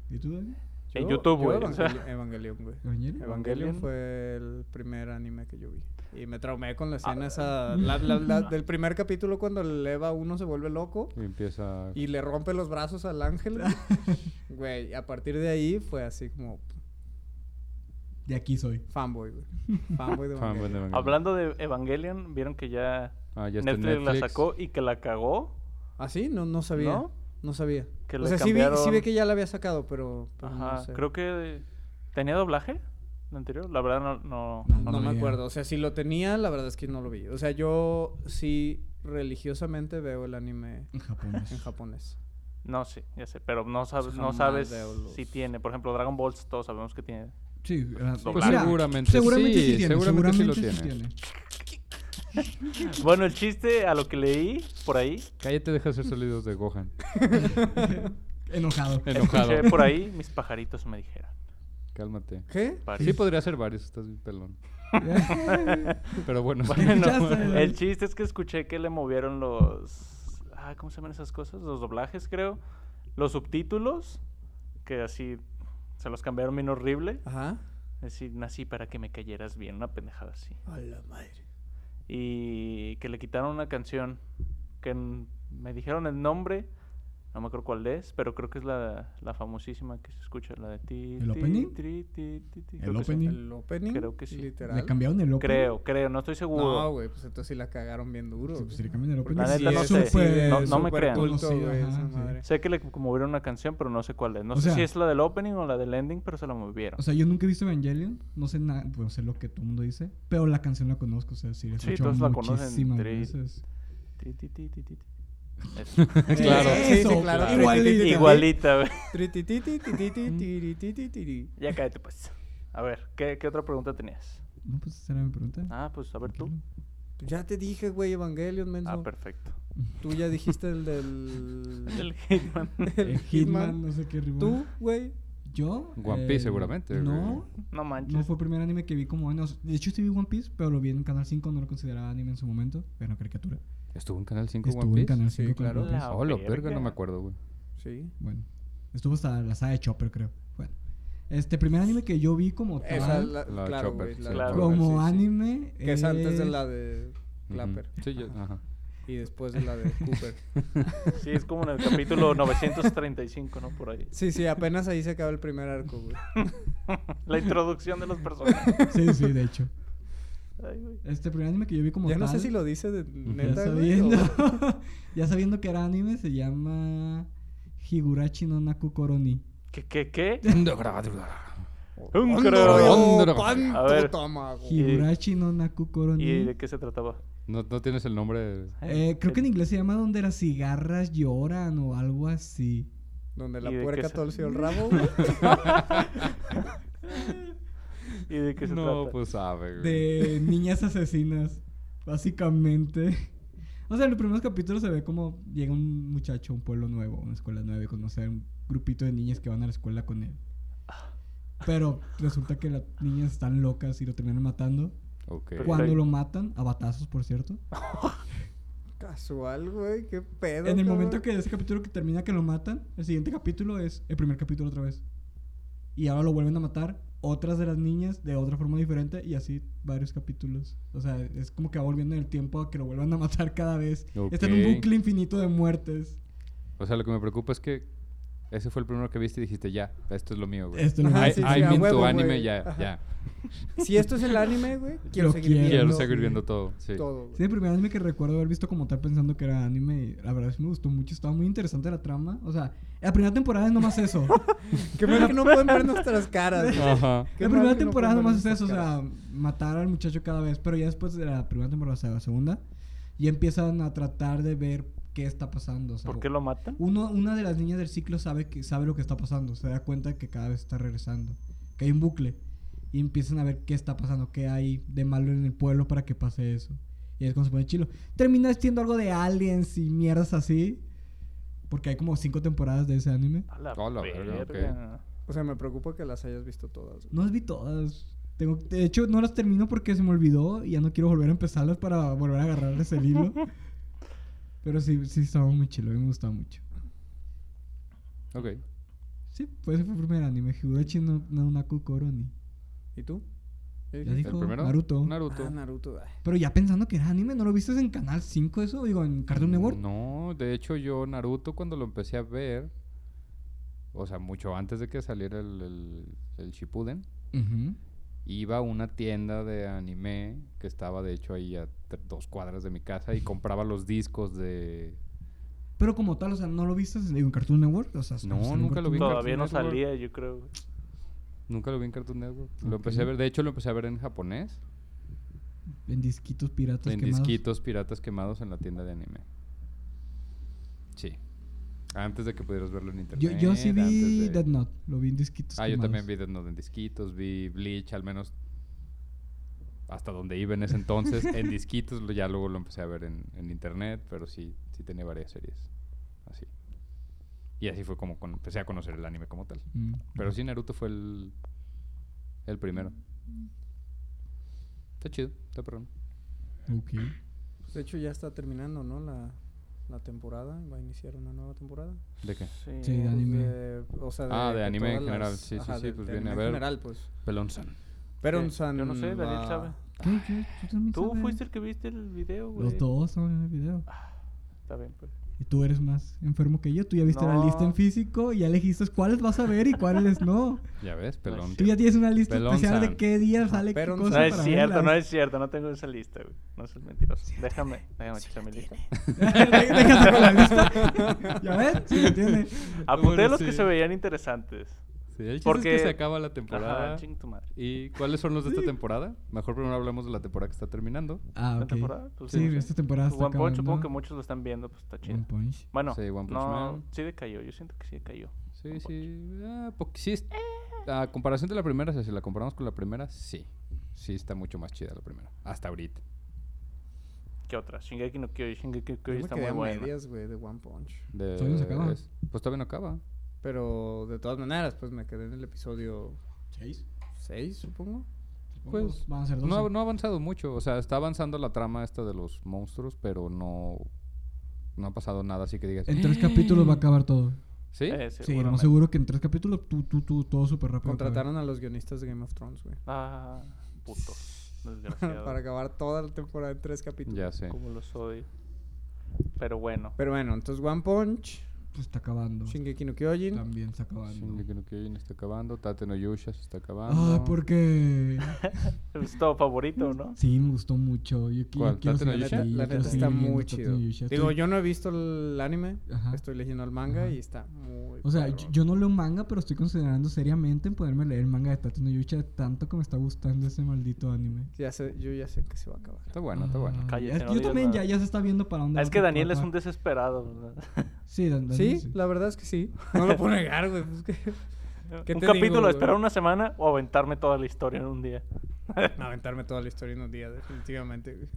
Speaker 2: ¿Y tú, Dani?
Speaker 1: Yo-
Speaker 3: en YouTube,
Speaker 1: yo
Speaker 3: güey. o sea.
Speaker 1: Evangeli-
Speaker 3: *laughs*
Speaker 1: Evangelion, güey. Evangelion
Speaker 2: ¿Evangelion?
Speaker 3: Evangelion.
Speaker 1: fue el primer anime que yo vi. Y me traumé con la
Speaker 3: Ah.
Speaker 1: escena esa. la- la-
Speaker 3: *laughs*
Speaker 1: la- del primer capítulo, cuando el Eva 1 se vuelve loco
Speaker 4: Y empieza...
Speaker 1: y le rompe los brazos al ángel.
Speaker 3: *laughs*
Speaker 1: güey. Güey, a partir de ahí fue así como
Speaker 2: De aquí soy.
Speaker 1: fanboy,
Speaker 3: *laughs*
Speaker 1: güey. Fanboy de
Speaker 4: Fanboy
Speaker 1: Evangelion.
Speaker 4: de Evangelion.
Speaker 3: Hablando de Evangelion, vieron que ya,
Speaker 4: Ah, ya está en
Speaker 3: Netflix, la
Speaker 4: Netflix.
Speaker 3: sacó y que la cagó.
Speaker 1: ¿Ah, sí? No, no sabía. ¿No?
Speaker 3: ¿No?
Speaker 1: sabía.
Speaker 3: Que
Speaker 1: o
Speaker 3: le
Speaker 1: sea, sí vi, sí
Speaker 3: cambiaron-
Speaker 1: vi que ya la había sacado, pero, pero
Speaker 3: Ajá.
Speaker 1: Ah, no sé.
Speaker 3: Creo que tenía doblaje la anterior. La verdad no, no,
Speaker 2: No,
Speaker 1: No,
Speaker 2: lo
Speaker 1: me
Speaker 2: vi.
Speaker 1: acuerdo. O sea, si lo tenía, la verdad es que no lo vi. O sea, yo sí religiosamente veo el anime
Speaker 2: En japonés.
Speaker 1: en japonés.
Speaker 3: No, sí, ya sé, pero no, sabes no
Speaker 1: Jamás
Speaker 3: sabes
Speaker 1: veo los-
Speaker 3: si tiene. Por ejemplo, Dragon Ball todos sabemos
Speaker 1: *laughs*
Speaker 3: que tiene.
Speaker 2: Sí, ah,
Speaker 4: Pues
Speaker 3: Doblaje.
Speaker 4: seguramente,
Speaker 2: seguramente
Speaker 4: sí,
Speaker 2: sí, tiene,
Speaker 4: seguramente sí lo
Speaker 2: seguramente
Speaker 4: tiene.
Speaker 3: Bueno, el chiste a lo que leí por ahí,
Speaker 4: Cállate, deja hacer sonidos de Gohan.
Speaker 2: *laughs* Enojado.
Speaker 4: Enojado.
Speaker 3: escuché por ahí, mis pajaritos me dijeron.
Speaker 4: Cálmate.
Speaker 1: ¿Qué?
Speaker 4: Sí, pues,
Speaker 3: Parece.
Speaker 4: podría ser varios, estás bien pelón.
Speaker 3: *laughs*
Speaker 4: Pero bueno.
Speaker 3: *laughs* Bueno,
Speaker 2: Escuchaste.
Speaker 3: el chiste es que escuché que le movieron los. Ah, ¿Cómo se llaman esas cosas? Los doblajes, creo. Los subtítulos, que así se los cambiaron bien horrible.
Speaker 1: Ajá.
Speaker 3: Es decir, nací para que me cayeras bien, una pendejada así.
Speaker 1: A la madre.
Speaker 3: y que le quitaron una canción que n- me dijeron el nombre, no No me acuerdo cuál es, pero creo que es la, la famosísima que se escucha, la de ti.
Speaker 2: ¿El
Speaker 3: ti,
Speaker 2: opening?
Speaker 3: tri, ti, ti, ti.
Speaker 2: ¿El
Speaker 3: Creo que sí.
Speaker 2: opening?
Speaker 1: El opening.
Speaker 3: Creo que sí.
Speaker 1: Literal.
Speaker 2: *laughs* ¿Le cambiaron el opening?
Speaker 3: Creo, creo, no estoy seguro.
Speaker 1: No, güey, pues entonces sí la cagaron bien duro.
Speaker 2: Sí,
Speaker 1: güey.
Speaker 2: pues, si le cambian el opening.
Speaker 3: La
Speaker 2: sí
Speaker 3: neta no
Speaker 2: es
Speaker 3: sé.
Speaker 2: súper-
Speaker 3: No- no me
Speaker 1: súper
Speaker 3: crean.
Speaker 1: culto,
Speaker 2: Conocido,
Speaker 1: güey,
Speaker 2: ajá,
Speaker 1: esa
Speaker 2: sí.
Speaker 1: madre.
Speaker 3: Sé que le movieron una canción, pero no sé cuál es. No
Speaker 2: O
Speaker 3: sé
Speaker 2: sea-
Speaker 3: si es la del opening o la del ending, pero se la movieron.
Speaker 2: O sea, yo nunca he visto Evangelion, no sé nada, bueno, sé lo que todo el mundo dice, pero la canción la conozco, o sea, sí, la he
Speaker 3: Sí,
Speaker 2: escuchado
Speaker 3: todos la conocen,
Speaker 2: muchísimas
Speaker 3: Tri.
Speaker 2: veces.
Speaker 3: Ti, ti, ti, ti, ti, ti.
Speaker 2: *laughs*
Speaker 4: Claro.
Speaker 1: Sí, sí,
Speaker 2: Eso,
Speaker 1: claro.
Speaker 2: igualito.
Speaker 1: Tri-
Speaker 3: Igualita, güey.
Speaker 1: tri- ti- ti- ti- ti- ti- ti- ti- ti- ti- ti- ti.
Speaker 3: Ya cállate, pues. A ver, ¿qué, qué otra pregunta tenías?
Speaker 2: No, pues esa era mi pregunta.
Speaker 3: Ah, pues a ver tú.
Speaker 1: Ya te dije, güey, Evangelion, menso.
Speaker 3: Ah, perfecto.
Speaker 1: Tú ya dijiste el del...
Speaker 3: *laughs*
Speaker 1: *laughs*
Speaker 3: El Hitman.
Speaker 2: El Eh, Hitman, no sé qué rimó.
Speaker 1: Tú, güey.
Speaker 2: ¿Yo? eh,
Speaker 4: One Piece, seguramente,
Speaker 2: No,
Speaker 3: No
Speaker 2: no
Speaker 3: manches.
Speaker 2: fue el primer anime que vi como años. De hecho, sí vi One Piece, pero lo vi en Canal 5, no lo consideraba anime en su momento, pero caricatura.
Speaker 4: ¿Estuvo en Canal 5
Speaker 2: Estuvo
Speaker 4: One
Speaker 2: en
Speaker 4: Piece?
Speaker 2: Canal
Speaker 1: Sí,
Speaker 2: 5 con
Speaker 1: claro.
Speaker 2: One Piece.
Speaker 3: La
Speaker 4: Hola,
Speaker 3: verga.
Speaker 4: verga, no me acuerdo, güey.
Speaker 1: Sí.
Speaker 2: Bueno, estuvo hasta la saga de Chopper, creo. Bueno, este primer anime que yo vi como tal,
Speaker 1: Esa, la,
Speaker 4: La
Speaker 1: claro,
Speaker 4: Chopper,
Speaker 1: güey.
Speaker 4: sí.
Speaker 1: la-
Speaker 3: Claro.
Speaker 2: como
Speaker 1: sí, sí.
Speaker 2: anime.
Speaker 1: Que es antes de
Speaker 2: es-
Speaker 1: la de Clapper.
Speaker 4: Ujú. Sí, yo, ajá.
Speaker 1: Y después de la *laughs* de Cooper.
Speaker 3: Sí, es como en
Speaker 2: *laughs*
Speaker 3: el capítulo 935, ¿no? Por ahí.
Speaker 1: Sí, sí, apenas ahí se acaba el primer arco, güey.
Speaker 3: La introducción de los personajes.
Speaker 2: Sí, sí, de hecho.
Speaker 3: Ay, güey.
Speaker 2: Este primer anime que yo vi como
Speaker 1: Ya
Speaker 2: tal.
Speaker 1: no sé si lo dice de
Speaker 2: ya
Speaker 1: neta, güey.
Speaker 2: sabiendo,
Speaker 1: o-
Speaker 2: *laughs* ya sabiendo que era anime, se llama Higurashi no Naku Koroni.
Speaker 3: ¿Qué, qué, qué? *laughs* Un
Speaker 4: rollo.
Speaker 3: creo.
Speaker 1: ¡Hondo,
Speaker 4: Hondo,
Speaker 1: panto,
Speaker 3: a ver.
Speaker 1: tamago!
Speaker 3: Y-
Speaker 2: Higurashi no Naku Koroni.
Speaker 3: ¿Y de qué se trataba?
Speaker 4: No, no tienes el nombre.
Speaker 2: Eh, creo que en inglés se llama donde las cigarras lloran o algo así.
Speaker 1: Donde
Speaker 3: ¿Y
Speaker 1: la
Speaker 3: de qué
Speaker 1: puerca
Speaker 3: se-
Speaker 1: torció el rabo,
Speaker 3: *laughs*
Speaker 1: güey.
Speaker 3: *laughs* ¿Y de qué se
Speaker 4: no,
Speaker 3: trata?
Speaker 4: pues sabe,
Speaker 1: *laughs*
Speaker 4: güey.
Speaker 2: De niñas asesinas, básicamente. O sea, en los primeros capítulos se ve como llega un muchacho a un pueblo nuevo, a una escuela nueva, y conoce a un grupito de niñas que van a la escuela con él. Pero resulta que las niñas están locas y lo terminan matando.
Speaker 4: Ok.
Speaker 3: Pero-
Speaker 2: Cuando
Speaker 3: Perfecto.
Speaker 2: lo matan, a batazos, por cierto.
Speaker 1: Casual, güey. Qué pedo.
Speaker 2: En el
Speaker 1: cabrón.
Speaker 2: momento que ese capítulo que termina que lo matan, el siguiente capítulo es el primer capítulo otra vez. Y ahora lo vuelven a matar otras de las niñas de otra forma diferente y así varios capítulos. O sea, es como que va volviendo en el tiempo a que lo vuelvan a matar cada vez. Está en un
Speaker 4: Ok.
Speaker 2: bucle infinito de muertes.
Speaker 4: O sea, lo que me preocupa es que ese fue el primero que viste y dijiste, ya, esto es lo mío, güey.
Speaker 2: Esto es lo
Speaker 1: Ajá,
Speaker 4: I,
Speaker 2: mío.
Speaker 1: sí,
Speaker 4: I
Speaker 1: sí, a
Speaker 4: mean, tu
Speaker 1: huevo,
Speaker 4: anime,
Speaker 1: güey.
Speaker 4: ya,
Speaker 1: Ajá.
Speaker 4: ya.
Speaker 1: Si esto es el anime, güey, quiero
Speaker 2: Lo
Speaker 1: seguir
Speaker 2: quiero.
Speaker 4: Quiero
Speaker 1: viendo
Speaker 4: seguir viendo todo, sí.
Speaker 1: todo,
Speaker 2: Sí,
Speaker 1: güey.
Speaker 2: el primer anime que recuerdo haber visto como tal pensando que era anime y la verdad sí me gustó mucho. Estaba muy interesante la trama. O sea, la primera temporada es nomás eso.
Speaker 1: Qué bueno que no pueden
Speaker 3: *laughs*
Speaker 1: ver nuestras caras, güey.
Speaker 4: Ajá.
Speaker 1: Qué
Speaker 2: La
Speaker 1: mal
Speaker 2: primera
Speaker 1: que no
Speaker 2: temporada
Speaker 1: pongan
Speaker 2: nomás es
Speaker 1: esas
Speaker 2: eso, o sea, matar al muchacho cada vez, pero ya después de la primera temporada, o sea, la segunda, ya empiezan a tratar de ver qué está pasando. o sea,
Speaker 3: ¿Por qué lo matan?
Speaker 2: uno, una de las niñas del ciclo sabe que sabe lo que está pasando, se da cuenta que cada vez está regresando, que hay un bucle, y empiezan a ver qué está pasando, qué hay de malo en el pueblo para que pase eso. Y es cuando se pone chilo. Termina siendo algo de aliens y mierdas así, porque hay como cinco temporadas de ese anime.
Speaker 3: A la,
Speaker 4: A la
Speaker 3: verga.
Speaker 4: verga,
Speaker 1: O sea, me preocupa que las hayas visto todas, güey.
Speaker 2: No las vi todas. Tengo, de hecho, no las termino porque se me olvidó y ya no quiero volver a empezarlas para volver a agarrarles el hilo. Pero sí, sí, estaba muy chido, a mí me gustaba mucho.
Speaker 4: Ok.
Speaker 2: Sí, pues ese fue el primer anime. Higurashi no, no Naku Koroni.
Speaker 1: ¿Y tú? ¿Ya dijiste?
Speaker 2: Ya dije.
Speaker 4: ¿El
Speaker 2: Dijo
Speaker 4: primero?
Speaker 2: Naruto.
Speaker 1: Ah,
Speaker 4: Naruto.
Speaker 1: Naruto. ay.
Speaker 2: Pero ya pensando que era anime, ¿no lo viste en Canal 5 eso? Digo, en Cartoon Network.
Speaker 4: Mm, No, de hecho yo Naruto cuando lo empecé a ver, o sea, mucho antes de que saliera el, el, el Shippuden,
Speaker 2: Ujú.
Speaker 4: iba a una tienda de anime que estaba de hecho ahí a tre- dos cuadras de mi casa y compraba los discos de...
Speaker 2: Pero como tal, o sea, ¿no lo viste digo, en Cartoon Network? O sea,
Speaker 4: No,
Speaker 2: salió en
Speaker 4: nunca lo vi.
Speaker 2: Cartoon
Speaker 3: Todavía no
Speaker 4: Cartoon Network.
Speaker 3: salía, yo creo. güey.
Speaker 4: Nunca lo vi en Cartoon Network.
Speaker 2: Ok.
Speaker 4: Lo empecé a ver, de hecho lo empecé a ver en japonés,
Speaker 2: Network. En disquitos piratas
Speaker 4: en
Speaker 2: quemados.
Speaker 4: disquitos piratas quemados en la tienda de anime. Sí. Antes de que pudieras verlo en
Speaker 2: Yo,
Speaker 4: internet.
Speaker 2: yo sí vi
Speaker 4: antes de-
Speaker 2: Dead Note, lo vi en disquitos
Speaker 4: Ah, yo también
Speaker 2: quemados.
Speaker 4: vi Death Note en disquitos, vi Bleach, al menos hasta donde iba en ese entonces,
Speaker 2: *laughs*
Speaker 4: en disquitos, lo- ya luego lo empecé a ver en, en internet, pero sí, sí tenía varias series, así. Y así fue como con- empecé a conocer el anime como tal.
Speaker 2: Mm.
Speaker 4: Pero sí, Naruto fue el, el primero.
Speaker 2: Mm.
Speaker 4: Está chido, está perrón.
Speaker 2: Ok.
Speaker 1: Pues, de hecho, ya está terminando, ¿no? La, la temporada. Va a iniciar una nueva temporada.
Speaker 4: ¿De qué?
Speaker 2: Sí, de
Speaker 1: Pues,
Speaker 2: anime.
Speaker 1: de- o sea, de
Speaker 4: Ah, de
Speaker 1: que
Speaker 4: anime en
Speaker 1: todas
Speaker 4: general,
Speaker 1: las-
Speaker 4: sí, sí,
Speaker 1: ajá,
Speaker 4: sí,
Speaker 1: de-
Speaker 4: pues
Speaker 1: de
Speaker 4: viene a
Speaker 1: anime en
Speaker 4: ver.
Speaker 1: general, pues.
Speaker 4: Pelonzan.
Speaker 1: Pero
Speaker 3: ¿Qué? Yo no sé, Daniel
Speaker 1: Ah,
Speaker 3: sabe.
Speaker 2: ¿Qué? ¿Qué? ¿Tú también
Speaker 3: Tú
Speaker 2: sabes?
Speaker 3: fuiste el que viste el video, güey.
Speaker 2: Los dos estaban en el video.
Speaker 3: Está bien, pues.
Speaker 2: Y tú eres más enfermo que yo. Tú ya viste la lista en
Speaker 3: No.
Speaker 2: físico y ya elegiste cuáles vas a ver y cuáles no.
Speaker 4: Ya ves, pelón.
Speaker 2: Tú ya tienes una lista
Speaker 4: Pelón
Speaker 2: especial
Speaker 4: San.
Speaker 2: de qué día sale qué
Speaker 1: pero un
Speaker 2: cosa.
Speaker 3: No es
Speaker 2: para
Speaker 3: cierto,
Speaker 2: verlas.
Speaker 3: no es cierto, no tengo esa lista, güey. No seas mentiroso. déjame, déjame echar mi lista.
Speaker 2: Dé- *laughs* Déjate con la
Speaker 3: *laughs*
Speaker 2: lista. ya ves, sí lo tiene.
Speaker 3: Apunté
Speaker 4: Bueno,
Speaker 3: los que
Speaker 4: sí.
Speaker 3: se veían interesantes.
Speaker 4: Sí, el chiste
Speaker 3: Porque-
Speaker 4: es que se acaba la temporada.
Speaker 3: Ajá, ching tu
Speaker 2: Ah,
Speaker 3: madre.
Speaker 4: ¿Y cuáles son los de esta temporada? Mejor primero hablamos de la temporada que está terminando.
Speaker 2: Ah,
Speaker 3: ¿La
Speaker 2: ok.
Speaker 3: temporada? Pues
Speaker 2: sí,
Speaker 3: no sé.
Speaker 2: esta temporada está
Speaker 3: One Punch, supongo que
Speaker 2: acabando.
Speaker 3: muchos lo están viendo, pues está chido.
Speaker 2: One Punch.
Speaker 3: Bueno,
Speaker 4: Sí, One Punch
Speaker 3: no,
Speaker 4: Man.
Speaker 3: sí decayó, yo siento que sí decayó.
Speaker 4: Sí, sí. Ah, porque sí es- A comparación de la primera, o sea, si la comparamos con la primera, sí. Sí está mucho más chida la primera. Hasta ahorita.
Speaker 3: ¿Qué otra? Shingeki no Kyoji, Shingeki no Kyoji
Speaker 1: Yo me
Speaker 3: está
Speaker 1: quedé
Speaker 3: muy
Speaker 1: a
Speaker 3: buena.
Speaker 1: medias, güey, de One Punch.
Speaker 4: De-
Speaker 2: Todavía no se acaba.
Speaker 4: es- pues todavía no acaba.
Speaker 1: Pero de todas maneras, pues me quedé en el episodio
Speaker 2: ¿Seis?
Speaker 1: 6, supongo.
Speaker 4: Pues,
Speaker 2: van a ser dos.
Speaker 4: No, ha- no ha avanzado mucho. O sea, está avanzando la trama esta de los monstruos, pero no. No ha pasado nada, así que digas.
Speaker 2: En tres capítulos va a acabar todo.
Speaker 4: ¿Sí?
Speaker 2: Sí,
Speaker 3: Eh,
Speaker 2: lo más
Speaker 3: seguramente.
Speaker 2: seguro que en tres capítulos tú, tú, tú, todo súper rápido. acaba.
Speaker 1: Contrataron a los guionistas de Game of Thrones, güey.
Speaker 3: Ah,
Speaker 1: *laughs*
Speaker 3: puto. Desgraciado.
Speaker 1: Para acabar toda la temporada en tres capítulos.
Speaker 4: Ya sé.
Speaker 3: Como los odio. Pero bueno.
Speaker 1: Pero bueno, entonces One Punch,
Speaker 2: Pues está acabando.
Speaker 1: Shingeki no Kyojin.
Speaker 2: También está acabando.
Speaker 4: Shingeki no Kyojin está acabando. Tate no Yusha se está acabando.
Speaker 2: Ah, *laughs* porque.
Speaker 3: Es todo favorito, ¿no?
Speaker 2: Sí, me gustó mucho. Yo, qui-
Speaker 4: ¿Cuál?
Speaker 2: yo quiero
Speaker 4: ¿Tate no
Speaker 2: seguir-
Speaker 4: Yusha?
Speaker 2: sí, yo
Speaker 1: La
Speaker 2: quiero
Speaker 1: neta
Speaker 2: seguir
Speaker 1: está
Speaker 2: viendo
Speaker 1: muy
Speaker 2: Tate no
Speaker 1: chido.
Speaker 2: Yusha.
Speaker 1: Digo,
Speaker 2: Estoy-
Speaker 1: yo no he visto el anime,
Speaker 2: Ajá.
Speaker 1: estoy leyendo el manga
Speaker 2: Ajá.
Speaker 1: y está muy.
Speaker 2: O sea, yo,
Speaker 1: perrón.
Speaker 2: yo no leo manga, pero estoy considerando seriamente en poderme leer el manga de Tate no Yusha, tanto que me está gustando ese maldito anime.
Speaker 1: Ya sé, yo ya sé que se va a acabar.
Speaker 4: Está bueno, está bueno.
Speaker 2: Ah,
Speaker 3: Cállate,
Speaker 2: es que
Speaker 3: no
Speaker 2: yo
Speaker 3: digas
Speaker 2: también ya,
Speaker 3: nada.
Speaker 2: ya se está viendo para dónde
Speaker 3: Ah,
Speaker 2: va
Speaker 3: Es
Speaker 2: la
Speaker 3: que Daniel es un
Speaker 2: temporada.
Speaker 3: desesperado. ¿no?
Speaker 2: Sí, Dan- Daniel.
Speaker 1: Sí, la verdad es que
Speaker 2: *laughs*
Speaker 1: sí. No lo puedo negar, güey. pues, que- *laughs* ¿Qué
Speaker 3: un
Speaker 1: te
Speaker 3: capítulo,
Speaker 1: digo, güey? Mm.
Speaker 3: esperar una semana o aventarme toda la historia en un día.
Speaker 1: No, aventarme toda la historia en un día, definitivamente, güey.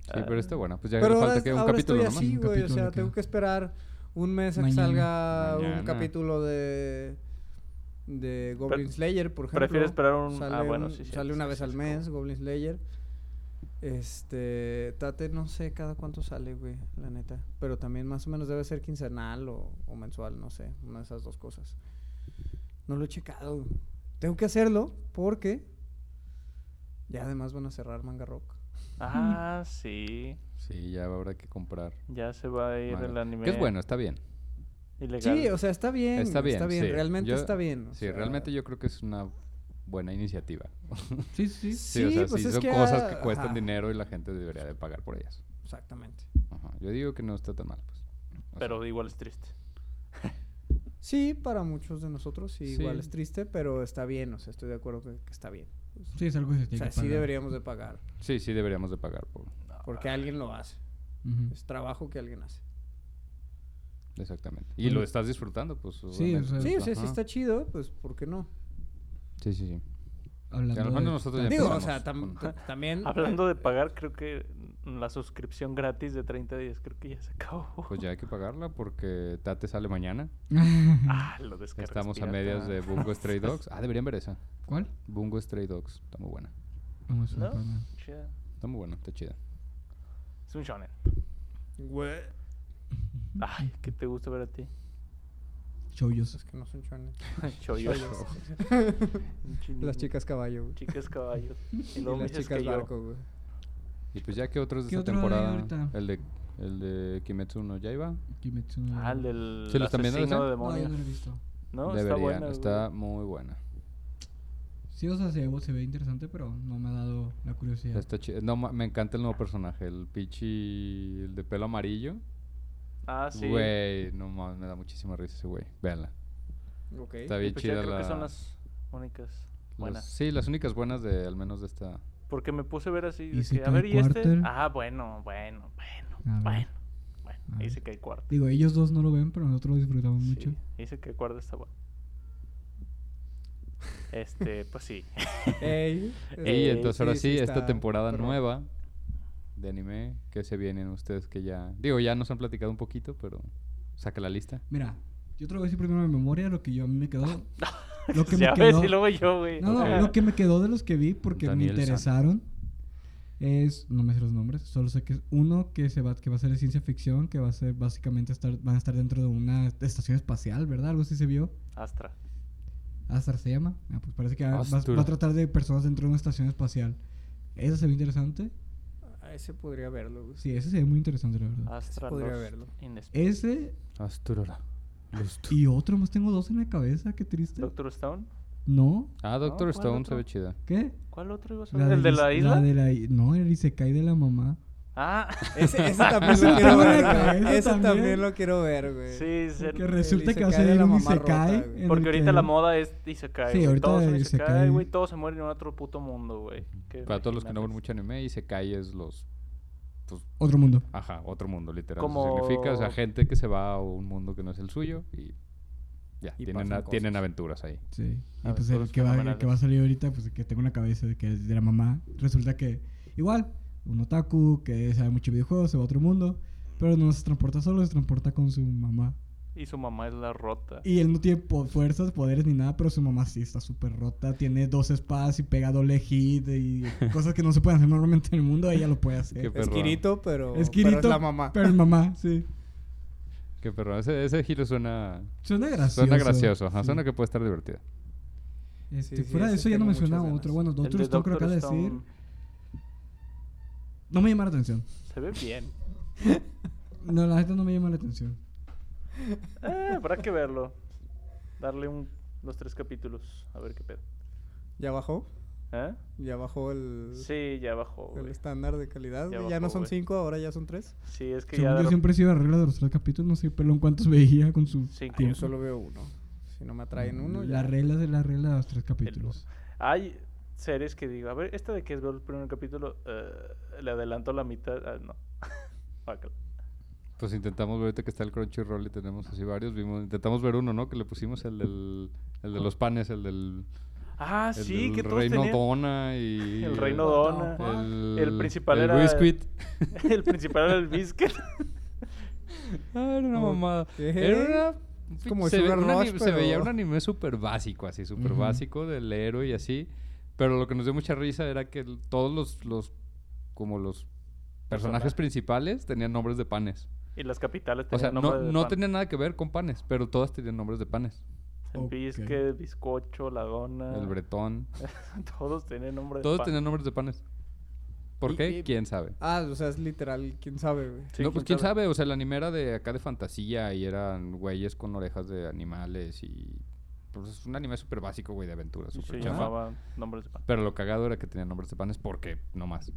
Speaker 4: Sí, pero está bueno. Pues ya
Speaker 1: Pero
Speaker 4: le
Speaker 1: ahora,
Speaker 4: falta que un
Speaker 1: ahora
Speaker 4: capítulo
Speaker 1: estoy
Speaker 4: nomás.
Speaker 1: así,
Speaker 2: Un
Speaker 1: güey. O
Speaker 2: capítulo
Speaker 1: sea,
Speaker 2: le
Speaker 1: tengo
Speaker 2: queda.
Speaker 1: que esperar un mes a que
Speaker 2: Mañana.
Speaker 1: salga un
Speaker 4: Mañana.
Speaker 1: capítulo de de Goblin Slayer, por ejemplo.
Speaker 3: prefiero esperar un-
Speaker 1: Sale,
Speaker 3: ah, bueno,
Speaker 1: un-
Speaker 3: sí, cierto,
Speaker 1: sale una
Speaker 3: sí,
Speaker 1: vez
Speaker 3: sí,
Speaker 1: al
Speaker 3: sí,
Speaker 1: mes
Speaker 3: sí.
Speaker 1: Goblin Slayer. Este, Tate no sé cada cuánto sale, güey, la neta. Pero también más o menos debe ser quincenal o, o mensual, no sé, una de esas dos cosas. No lo he checado. güey. Tengo que hacerlo porque ya además van a cerrar Manga Rock.
Speaker 3: Ah, sí.
Speaker 4: Sí, ya habrá que comprar.
Speaker 3: Ya se va a ir
Speaker 4: manga.
Speaker 3: el anime.
Speaker 4: Que es bueno, está bien.
Speaker 3: Ilegal.
Speaker 1: Sí, o sea, está bien.
Speaker 4: Está bien, sí.
Speaker 1: realmente
Speaker 4: Yo-
Speaker 1: está bien. o
Speaker 4: Sí,
Speaker 1: sea,
Speaker 4: realmente yo creo que es una buena iniciativa. *laughs*
Speaker 2: Sí, sí, sí.
Speaker 4: Sí, o sea,
Speaker 1: pues
Speaker 4: sí
Speaker 1: es
Speaker 4: son
Speaker 1: que,
Speaker 4: cosas
Speaker 1: ah,
Speaker 4: que cuestan
Speaker 1: ajá.
Speaker 4: dinero y la gente debería de pagar por ellas.
Speaker 1: Exactamente.
Speaker 4: Ajá, Yo digo que no está tan mal, pues. O
Speaker 3: Pero igual es triste.
Speaker 1: Sí, para muchos de nosotros sí, igual
Speaker 4: Sí.
Speaker 1: es triste, pero está bien, o sea, estoy de acuerdo que, que está bien.
Speaker 2: Sí, es algo que se
Speaker 1: O
Speaker 2: tiene
Speaker 1: sea,
Speaker 2: que
Speaker 1: sí
Speaker 2: pagar.
Speaker 1: deberíamos de pagar,
Speaker 4: sea, sí, sí deberíamos de pagar por...
Speaker 1: porque
Speaker 4: Ah.
Speaker 1: alguien lo hace.
Speaker 2: Ujú.
Speaker 3: Este,
Speaker 1: Es trabajo que alguien hace.
Speaker 4: Exactamente. Y
Speaker 2: Bueno.
Speaker 4: lo estás disfrutando, pues.
Speaker 2: o
Speaker 4: obviamente.
Speaker 2: sea,
Speaker 1: Sí, o sea,
Speaker 4: Ajá.
Speaker 1: si está chido, pues, ¿por qué no?
Speaker 4: Sí, sí, sí.
Speaker 2: Hablando
Speaker 4: Que a lo mejor
Speaker 2: de- *laughs*
Speaker 4: nosotros ya
Speaker 1: Digo, o
Speaker 4: empezamos
Speaker 1: sea, tam-
Speaker 4: con-
Speaker 1: ta-
Speaker 4: Mm,
Speaker 1: también...
Speaker 3: Hablando
Speaker 4: eh,
Speaker 3: de pagar, creo que la suscripción gratis de 30 días, creo que ya se acabó.
Speaker 4: Pues ya hay que pagarla porque Tate sale mañana.
Speaker 3: *laughs* Ah, lo descargué.
Speaker 4: Estamos a medias de Bungo Stray Dogs. Ah, deberían ver esa.
Speaker 2: ¿Cuál?
Speaker 4: Bungo Stray Dogs. Está muy buena.
Speaker 2: Vamos a
Speaker 3: ¿No?
Speaker 2: ver, pana.
Speaker 3: Chida.
Speaker 4: Está muy buena, está chida.
Speaker 3: Es un shonen.
Speaker 1: Güey,
Speaker 4: Mm.
Speaker 3: Ay, ¿qué te gusta ver a
Speaker 4: *laughs*
Speaker 3: ti? *laughs*
Speaker 2: Shouyos.
Speaker 1: es que no son chones.
Speaker 3: Choyo.
Speaker 1: Las chicas caballo, güey.
Speaker 3: Chicas
Speaker 4: *laughs*
Speaker 3: caballo. Y
Speaker 1: Y
Speaker 3: luego me
Speaker 1: las
Speaker 3: dices que
Speaker 1: chicas
Speaker 3: yo.
Speaker 1: barco, güey.
Speaker 4: Y pues ya que otros de
Speaker 2: ¿Qué
Speaker 4: esta
Speaker 2: otro hay
Speaker 4: temporada.
Speaker 2: ahorita?
Speaker 4: El de, el de Kimetsu no Yaiba.
Speaker 2: Kimetsu no
Speaker 3: Ah, el
Speaker 2: Yaiba.
Speaker 3: del
Speaker 4: ¿Sí lo están viendo,
Speaker 3: asesino
Speaker 4: ese?
Speaker 3: de
Speaker 2: No, yo
Speaker 3: demonios.
Speaker 2: no lo he visto.
Speaker 3: No,
Speaker 4: Deberían.
Speaker 3: está bueno.
Speaker 4: está muy buena.
Speaker 2: Sí, o sea, se, se ve interesante, pero no me ha dado la curiosidad.
Speaker 4: Está chi- No, ma- me encanta el nuevo personaje. El pichi. El de pelo amarillo.
Speaker 3: Ah, sí.
Speaker 4: Güey, no mames, me da muchísima risa ese güey. Véanla.
Speaker 1: Ok.
Speaker 4: Está bien
Speaker 3: Pues ya
Speaker 4: chida
Speaker 3: creo
Speaker 4: la.
Speaker 3: que son las únicas
Speaker 4: las-
Speaker 3: buenas.
Speaker 4: sí, las únicas buenas de, al menos de esta.
Speaker 3: Porque me puse a ver así. de
Speaker 2: ¿Y si
Speaker 3: que, a
Speaker 2: cae
Speaker 3: ver, ¿y este?
Speaker 2: Quarter?
Speaker 3: Ah, bueno, bueno, bueno,
Speaker 2: A ver.
Speaker 3: bueno. Bueno,
Speaker 2: A
Speaker 3: ahí
Speaker 2: ver.
Speaker 3: se cae cuarto.
Speaker 2: Digo, ellos dos no lo ven, pero nosotros lo disfrutamos mucho.
Speaker 3: Dice que cuarto está bueno.
Speaker 2: *laughs*
Speaker 3: Este, pues sí.
Speaker 1: Ey,
Speaker 4: y
Speaker 1: eh,
Speaker 4: entonces ahora sí, esta
Speaker 1: está
Speaker 4: temporada
Speaker 1: perrón.
Speaker 4: nueva de anime que se vienen ustedes que ya. Digo, ya nos han platicado un poquito, pero saca la lista.
Speaker 2: Mira, yo te lo voy a decir primero en memoria lo que yo a mí me
Speaker 4: *laughs*
Speaker 2: quedó. lo que me
Speaker 3: *laughs* ya ves,
Speaker 2: quedó.
Speaker 3: y luego yo, güey.
Speaker 2: No, no,
Speaker 3: Ah,
Speaker 2: lo que me quedó de los que vi porque
Speaker 4: Daniel
Speaker 2: me
Speaker 4: San.
Speaker 2: interesaron es. No me sé los nombres, solo sé que es uno que, se va, que va a ser de ciencia ficción, que va a ser básicamente estar, van a estar dentro de una estación espacial, ¿verdad? Algo así se vio.
Speaker 3: Astra.
Speaker 2: Astar se llama. Ah, pues parece que va, va-
Speaker 4: Astar.
Speaker 2: va a tratar de personas dentro de una estación espacial. Eso se ve interesante.
Speaker 1: Ah, Ese podría verlo, güey.
Speaker 2: Sí, ese se ve muy interesante, la verdad.
Speaker 3: Astra
Speaker 1: Podría
Speaker 3: Lost
Speaker 1: verlo.
Speaker 3: in Space.
Speaker 2: Ese
Speaker 4: Astrora.
Speaker 2: y otro más. Tengo dos en la cabeza. Qué triste.
Speaker 3: Doctor Stone.
Speaker 2: No.
Speaker 4: Ah, Doctor
Speaker 3: ¿cuál
Speaker 4: Stone se
Speaker 3: otro?
Speaker 4: ve chida.
Speaker 2: ¿Qué?
Speaker 3: ¿Cuál otro iba a ser?
Speaker 2: La
Speaker 3: ¿El de
Speaker 2: is-
Speaker 3: la isla?
Speaker 2: de la i- no, el Isekai de la mamá. *laughs*
Speaker 3: Ah,
Speaker 1: Ese, ese también lo
Speaker 2: Ese
Speaker 1: quiero ver,
Speaker 2: también,
Speaker 1: güey.
Speaker 2: güey, ese
Speaker 1: Ese
Speaker 2: también.
Speaker 1: también lo quiero ver, güey.
Speaker 3: sí, se-
Speaker 2: Que resulta que va a
Speaker 1: isekai de
Speaker 2: salir
Speaker 1: la
Speaker 2: un
Speaker 1: mamá rota,
Speaker 2: Isekai.
Speaker 1: güey.
Speaker 2: en el
Speaker 3: Porque ahorita
Speaker 2: que-
Speaker 3: la moda es y se cae.
Speaker 2: Sí, ahorita
Speaker 3: todos
Speaker 2: el
Speaker 3: son
Speaker 2: isekai.
Speaker 3: Isekai, güey. Todos se mueren en otro puto mundo, güey. Que
Speaker 4: Para todos los que no ven
Speaker 3: imagínate.
Speaker 4: mucho anime, y se cae es los.
Speaker 2: Otro mundo.
Speaker 4: Ajá, otro mundo, literal. Eso
Speaker 3: Como-
Speaker 4: significa, o sea, gente que se va a un mundo que no es el suyo y. Ya,
Speaker 1: Y
Speaker 4: tienen,
Speaker 1: pasan
Speaker 4: a-
Speaker 1: cosas.
Speaker 4: tienen aventuras ahí.
Speaker 2: Sí. Y
Speaker 3: A
Speaker 2: pues
Speaker 3: ver,
Speaker 2: el
Speaker 3: todos
Speaker 2: que, va, el
Speaker 3: fenomenales.
Speaker 2: que va a salir ahorita, pues que tengo una cabeza de que es de la mamá. Resulta que, igual, un otaku que sabe mucho de videojuegos, se va a otro mundo. Pero no se transporta solo, se transporta con su mamá.
Speaker 3: Y su mamá es la rota.
Speaker 2: Y él no tiene po- fuerzas, poderes ni nada, pero su mamá sí está súper rota. Tiene dos espadas y pega doble hit
Speaker 4: *laughs*
Speaker 2: y cosas que no se pueden hacer normalmente en el mundo. Ella lo puede hacer.
Speaker 4: Qué
Speaker 1: Es
Speaker 4: perro.
Speaker 1: Kirito, pero,
Speaker 2: es
Speaker 1: pero
Speaker 2: Kirito,
Speaker 1: es la mamá.
Speaker 2: Pero es mamá, sí.
Speaker 4: Que perro, ese, ese giro suena.
Speaker 2: Suena gracioso.
Speaker 4: Suena gracioso. Ajá,
Speaker 2: sí.
Speaker 4: Suena que puede estar divertida.
Speaker 2: Este,
Speaker 1: Sí, sí,
Speaker 2: fuera de
Speaker 1: ese
Speaker 2: eso ya no
Speaker 1: tengo
Speaker 2: me
Speaker 1: muchas
Speaker 2: suena
Speaker 1: ganas.
Speaker 2: otro. Bueno,
Speaker 3: El
Speaker 2: Doctor Stone creo que
Speaker 3: Dr.
Speaker 2: acaba de decir.
Speaker 3: Stone
Speaker 2: No me llama la atención.
Speaker 3: Se ve bien.
Speaker 2: No, la neta no me llama la atención.
Speaker 3: Eh, habrá que verlo. Darle un, los tres capítulos. A ver qué pedo.
Speaker 1: ¿Ya bajó?
Speaker 3: ¿Eh?
Speaker 1: ¿Ya bajó el,
Speaker 3: Sí, ya bajó,
Speaker 1: el
Speaker 3: güey.
Speaker 1: estándar de calidad?
Speaker 3: Ya
Speaker 1: güey? Ya no
Speaker 3: bajó,
Speaker 1: son
Speaker 3: güey.
Speaker 1: cinco, ahora ya son tres.
Speaker 3: Sí, es que
Speaker 2: Según
Speaker 3: ya... de
Speaker 2: yo
Speaker 3: rep-
Speaker 2: siempre he sido la regla de los tres capítulos, no sé, pelón cuántos veía con su.
Speaker 3: Cinco.
Speaker 1: Ah, yo solo veo uno. Si no me atraen uno, ya.
Speaker 2: La regla de la regla de los tres capítulos.
Speaker 3: Hay series que digo, a ver, esta de que es veo el primer capítulo, eh, le adelanto la mitad. ah, no. *laughs* Guácala.
Speaker 4: Pues intentamos ver ahorita que está el Crunchyroll y tenemos así varios. Vimos, intentamos ver uno, ¿no? Que le pusimos el del. El de los panes, el del.
Speaker 3: ah,
Speaker 4: el
Speaker 3: sí,
Speaker 4: del
Speaker 3: que todos
Speaker 4: Reino
Speaker 3: tenían...
Speaker 4: Dona y.
Speaker 3: El Reino
Speaker 2: What the
Speaker 3: Dona.
Speaker 4: El,
Speaker 3: El principal
Speaker 4: el
Speaker 3: era-
Speaker 4: Biscuit.
Speaker 3: *laughs* El principal era el biscuit.
Speaker 4: Ah, era una
Speaker 1: Ok.
Speaker 4: mamada. Era una.
Speaker 1: Es como
Speaker 4: se, ve-
Speaker 1: Sugar
Speaker 4: un ani-
Speaker 1: Rush,
Speaker 4: se veía
Speaker 1: pero-
Speaker 4: un anime súper básico, así, súper
Speaker 2: Ujú.
Speaker 4: básico del héroe y así. Pero lo que nos dio mucha risa era que el- todos los, los como los personajes
Speaker 3: Personajes.
Speaker 4: principales tenían nombres de panes.
Speaker 3: *laughs* y las capitales
Speaker 4: O sea,
Speaker 3: tenían
Speaker 4: no,
Speaker 3: nombre de
Speaker 4: no
Speaker 3: pan.
Speaker 4: tenían nada que ver con panes, pero todas tenían nombres de panes.
Speaker 3: El
Speaker 2: Ok.
Speaker 3: biscuit, bizcocho, la dona.
Speaker 4: El bretón.
Speaker 3: *laughs* Todos tenían nombre de
Speaker 4: Todos
Speaker 3: pan.
Speaker 4: tenían nombres de panes. ¿Por
Speaker 1: Y-
Speaker 4: qué?
Speaker 1: y-
Speaker 4: ¿Quién sabe?
Speaker 1: Ah, o sea, es literal, quién sabe, güey.
Speaker 3: Sí,
Speaker 4: no, pues quién sabe? O sea, el anime era de acá de fantasía y eran güeyes con orejas de animales y... Pues es un anime súper básico, güey, de aventura.
Speaker 3: Y
Speaker 4: Súper
Speaker 3: Se
Speaker 4: chafa.
Speaker 3: llamaba nombres de pan.
Speaker 4: Pero lo cagado era que tenían nombres de panes porque, no más.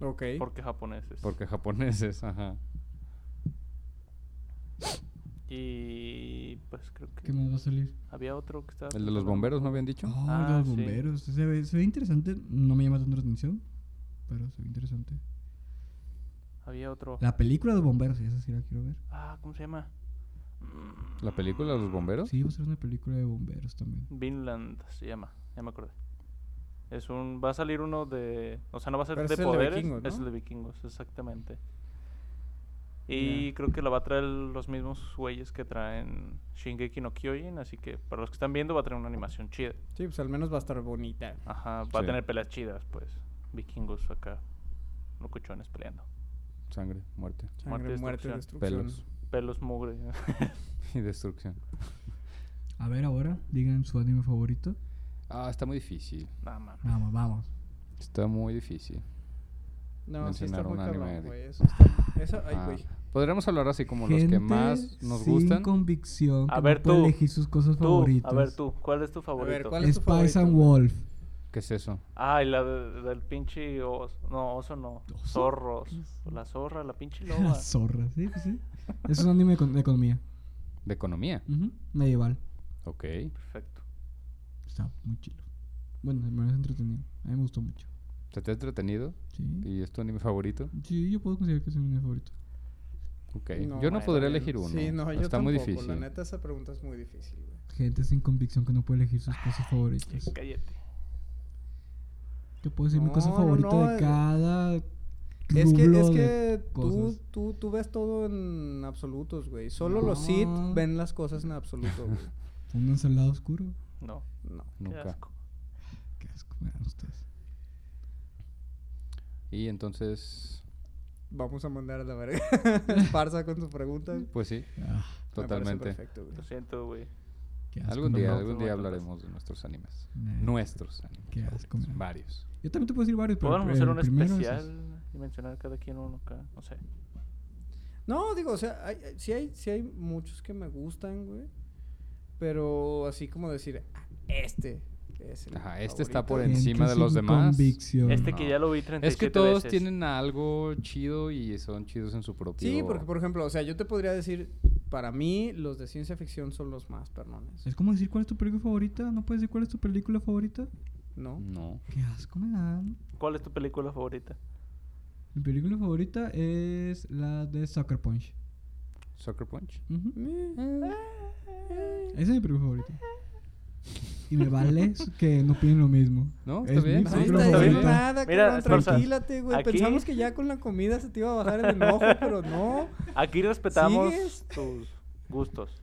Speaker 1: Ok.
Speaker 3: Porque japoneses.
Speaker 4: Porque japoneses, ajá.
Speaker 3: Y pues creo que
Speaker 2: ¿Qué más va a salir?
Speaker 3: había otro que estaba.
Speaker 4: El de los
Speaker 3: pensando.
Speaker 4: bomberos, ¿no habían dicho?
Speaker 2: Oh,
Speaker 3: Ah,
Speaker 2: los
Speaker 3: sí.
Speaker 2: bomberos. Se ve, se ve interesante. No me llama tanto la atención, pero se ve interesante.
Speaker 3: Había otro.
Speaker 2: La película de bomberos, esa sí la quiero ver.
Speaker 3: Ah, ¿cómo se llama? Mm,
Speaker 4: ¿La película de los bomberos?
Speaker 2: Sí, va a ser una película de bomberos también.
Speaker 3: Vinland se llama. Ya me acordé. Es un. Va a salir uno de. O sea, no va a ser
Speaker 1: Pero
Speaker 3: de
Speaker 1: es el de
Speaker 3: poderes.
Speaker 1: vikingos, ¿no?
Speaker 3: Es el de vikingos, exactamente. Y creo que la va a traer los mismos güeyes que traen Shingeki no Kyojin. Así que para los que están viendo, va a traer una animación chida.
Speaker 1: Sí, pues al menos va a estar bonita.
Speaker 3: Ajá, va
Speaker 4: Sí.
Speaker 3: a tener peleas chidas, pues. Vikingos acá, locuchones peleando.
Speaker 4: Sangre, muerte,
Speaker 1: Sangre,
Speaker 3: Muerte,
Speaker 1: muerte, destrucción.
Speaker 4: pelos
Speaker 3: Pelos mugre. *laughs*
Speaker 4: y destrucción.
Speaker 2: A ver, ahora, digan su anime favorito.
Speaker 4: Ah, está muy difícil.
Speaker 3: Nada más.
Speaker 2: Vamos, vamos.
Speaker 4: Está muy difícil.
Speaker 1: No, sí está
Speaker 4: Mencionar
Speaker 1: muy
Speaker 4: un anime
Speaker 1: cabrón,
Speaker 4: de-
Speaker 1: güey. Eso está... Eso, ay,
Speaker 4: Ah,
Speaker 1: güey.
Speaker 4: Podríamos hablar así como los que más nos
Speaker 2: sin
Speaker 4: gustan.
Speaker 2: convicción. que
Speaker 3: A
Speaker 2: no
Speaker 3: ver,
Speaker 2: puede
Speaker 3: tú.
Speaker 2: elegir sus cosas
Speaker 3: Tú,
Speaker 2: favoritas.
Speaker 3: a ver tú, ¿cuál es tu favorito?
Speaker 1: ¿cuál es- tu
Speaker 2: Spice and
Speaker 1: favorito, güey?
Speaker 2: Wolf.
Speaker 4: ¿Qué es eso?
Speaker 3: Ay, la de- del pinche oso. No, oso no.
Speaker 2: ¿Oso?
Speaker 3: Zorros. La zorra, la pinche
Speaker 2: *laughs* La
Speaker 3: loba.
Speaker 2: zorra, sí, pues sí. Es un anime de econ- de economía.
Speaker 4: De economía.
Speaker 2: Ujú, Medieval.
Speaker 4: Ok.
Speaker 3: Perfecto.
Speaker 2: Está muy chido. Bueno, al menos entretenido. A mí me gustó mucho.
Speaker 4: ¿Se te ha entretenido?
Speaker 2: Sí.
Speaker 4: ¿Y es tu anime favorito?
Speaker 2: Sí, yo puedo considerar que es mi anime favorito.
Speaker 4: Ok.
Speaker 1: No,
Speaker 4: yo no
Speaker 3: bueno,
Speaker 4: podría
Speaker 3: bien.
Speaker 4: elegir uno.
Speaker 1: Sí, no, yo
Speaker 4: Está muy
Speaker 1: tampoco,
Speaker 4: difícil.
Speaker 1: La neta, esa pregunta es muy difícil, güey.
Speaker 2: Gente sin convicción que no puede elegir sus cosas
Speaker 4: Ah,
Speaker 2: favoritas.
Speaker 3: Cállate.
Speaker 2: Yo puedo decir mi
Speaker 1: No,
Speaker 2: cosa
Speaker 1: no,
Speaker 2: favorita
Speaker 1: no,
Speaker 2: de
Speaker 1: eh,
Speaker 2: cada.
Speaker 1: Es que, es
Speaker 2: rublo de-
Speaker 1: que tú,
Speaker 2: cosas.
Speaker 1: tú, tú ves todo en absolutos, güey. Solo los Sith
Speaker 2: No.
Speaker 1: ven las cosas en absoluto,
Speaker 4: *laughs*
Speaker 1: güey.
Speaker 2: Un ensalado oscuro.
Speaker 3: No,
Speaker 1: No.
Speaker 3: qué
Speaker 4: Nunca.
Speaker 3: asco.
Speaker 2: Qué asco me dan ustedes.
Speaker 4: Y entonces,
Speaker 1: Vamos a mandar a la verga. *laughs* Esparza con su pregunta. Me
Speaker 4: pues sí,
Speaker 2: Ah,
Speaker 1: parece
Speaker 4: totalmente.
Speaker 1: Perfecto, güey.
Speaker 3: Lo siento, güey.
Speaker 2: qué asco
Speaker 4: Algún
Speaker 2: me
Speaker 4: día,
Speaker 2: dan.
Speaker 4: algún
Speaker 3: no,
Speaker 4: día
Speaker 3: no, no.
Speaker 4: hablaremos de nuestros animes.
Speaker 2: Nah.
Speaker 4: Nuestros animes.
Speaker 2: Qué asco me dan.
Speaker 4: Varios.
Speaker 2: Yo también te puedo decir varios, pero.
Speaker 3: Podemos
Speaker 2: el
Speaker 3: hacer un
Speaker 2: primero es-
Speaker 3: especial y mencionar cada quien uno acá, no sé.
Speaker 1: No, digo, o sea, hay, hay- sí, hay, sí hay muchos que me gustan, güey. Pero así como decir, "Ah, este es el
Speaker 4: Ajá, este está por
Speaker 1: favorito".
Speaker 4: encima de
Speaker 2: Gente
Speaker 4: los
Speaker 2: sin
Speaker 4: demás.
Speaker 2: convicción.
Speaker 3: Este que
Speaker 4: no.
Speaker 3: ya lo vi 37
Speaker 4: Es que todos
Speaker 3: veces.
Speaker 4: tienen algo chido y son chidos en su propio.
Speaker 1: Sí, porque por ejemplo, o sea, yo te podría decir, para mí los de ciencia ficción son los más pernones.
Speaker 2: Es como decir cuál es tu película favorita. ¿No puedes decir cuál es tu película favorita?
Speaker 1: ¿No?
Speaker 4: No.
Speaker 2: Qué asco me dan.
Speaker 3: ¿Cuál es tu película favorita?
Speaker 2: Mi película favorita es la de Sucker Punch.
Speaker 4: Soccer Punch.
Speaker 2: Ujú.
Speaker 4: Mm.
Speaker 1: Eh,
Speaker 4: Eh,
Speaker 2: Esa es mi película favorita. Y me vale que no opinen lo mismo.
Speaker 4: No,
Speaker 2: Es
Speaker 4: está bien.
Speaker 2: mi
Speaker 1: No
Speaker 4: Sí,
Speaker 2: película
Speaker 4: está
Speaker 1: está
Speaker 4: bien.
Speaker 1: bien
Speaker 2: favorita.
Speaker 1: nada,
Speaker 3: Mira,
Speaker 1: cabrón,
Speaker 3: Esparza,
Speaker 1: tranquilate, güey.
Speaker 3: aquí-
Speaker 1: Pensamos que ya con la comida se te iba a bajar el enojo, pero no.
Speaker 3: Aquí respetamos
Speaker 1: ¿Sigues?
Speaker 3: tus gustos.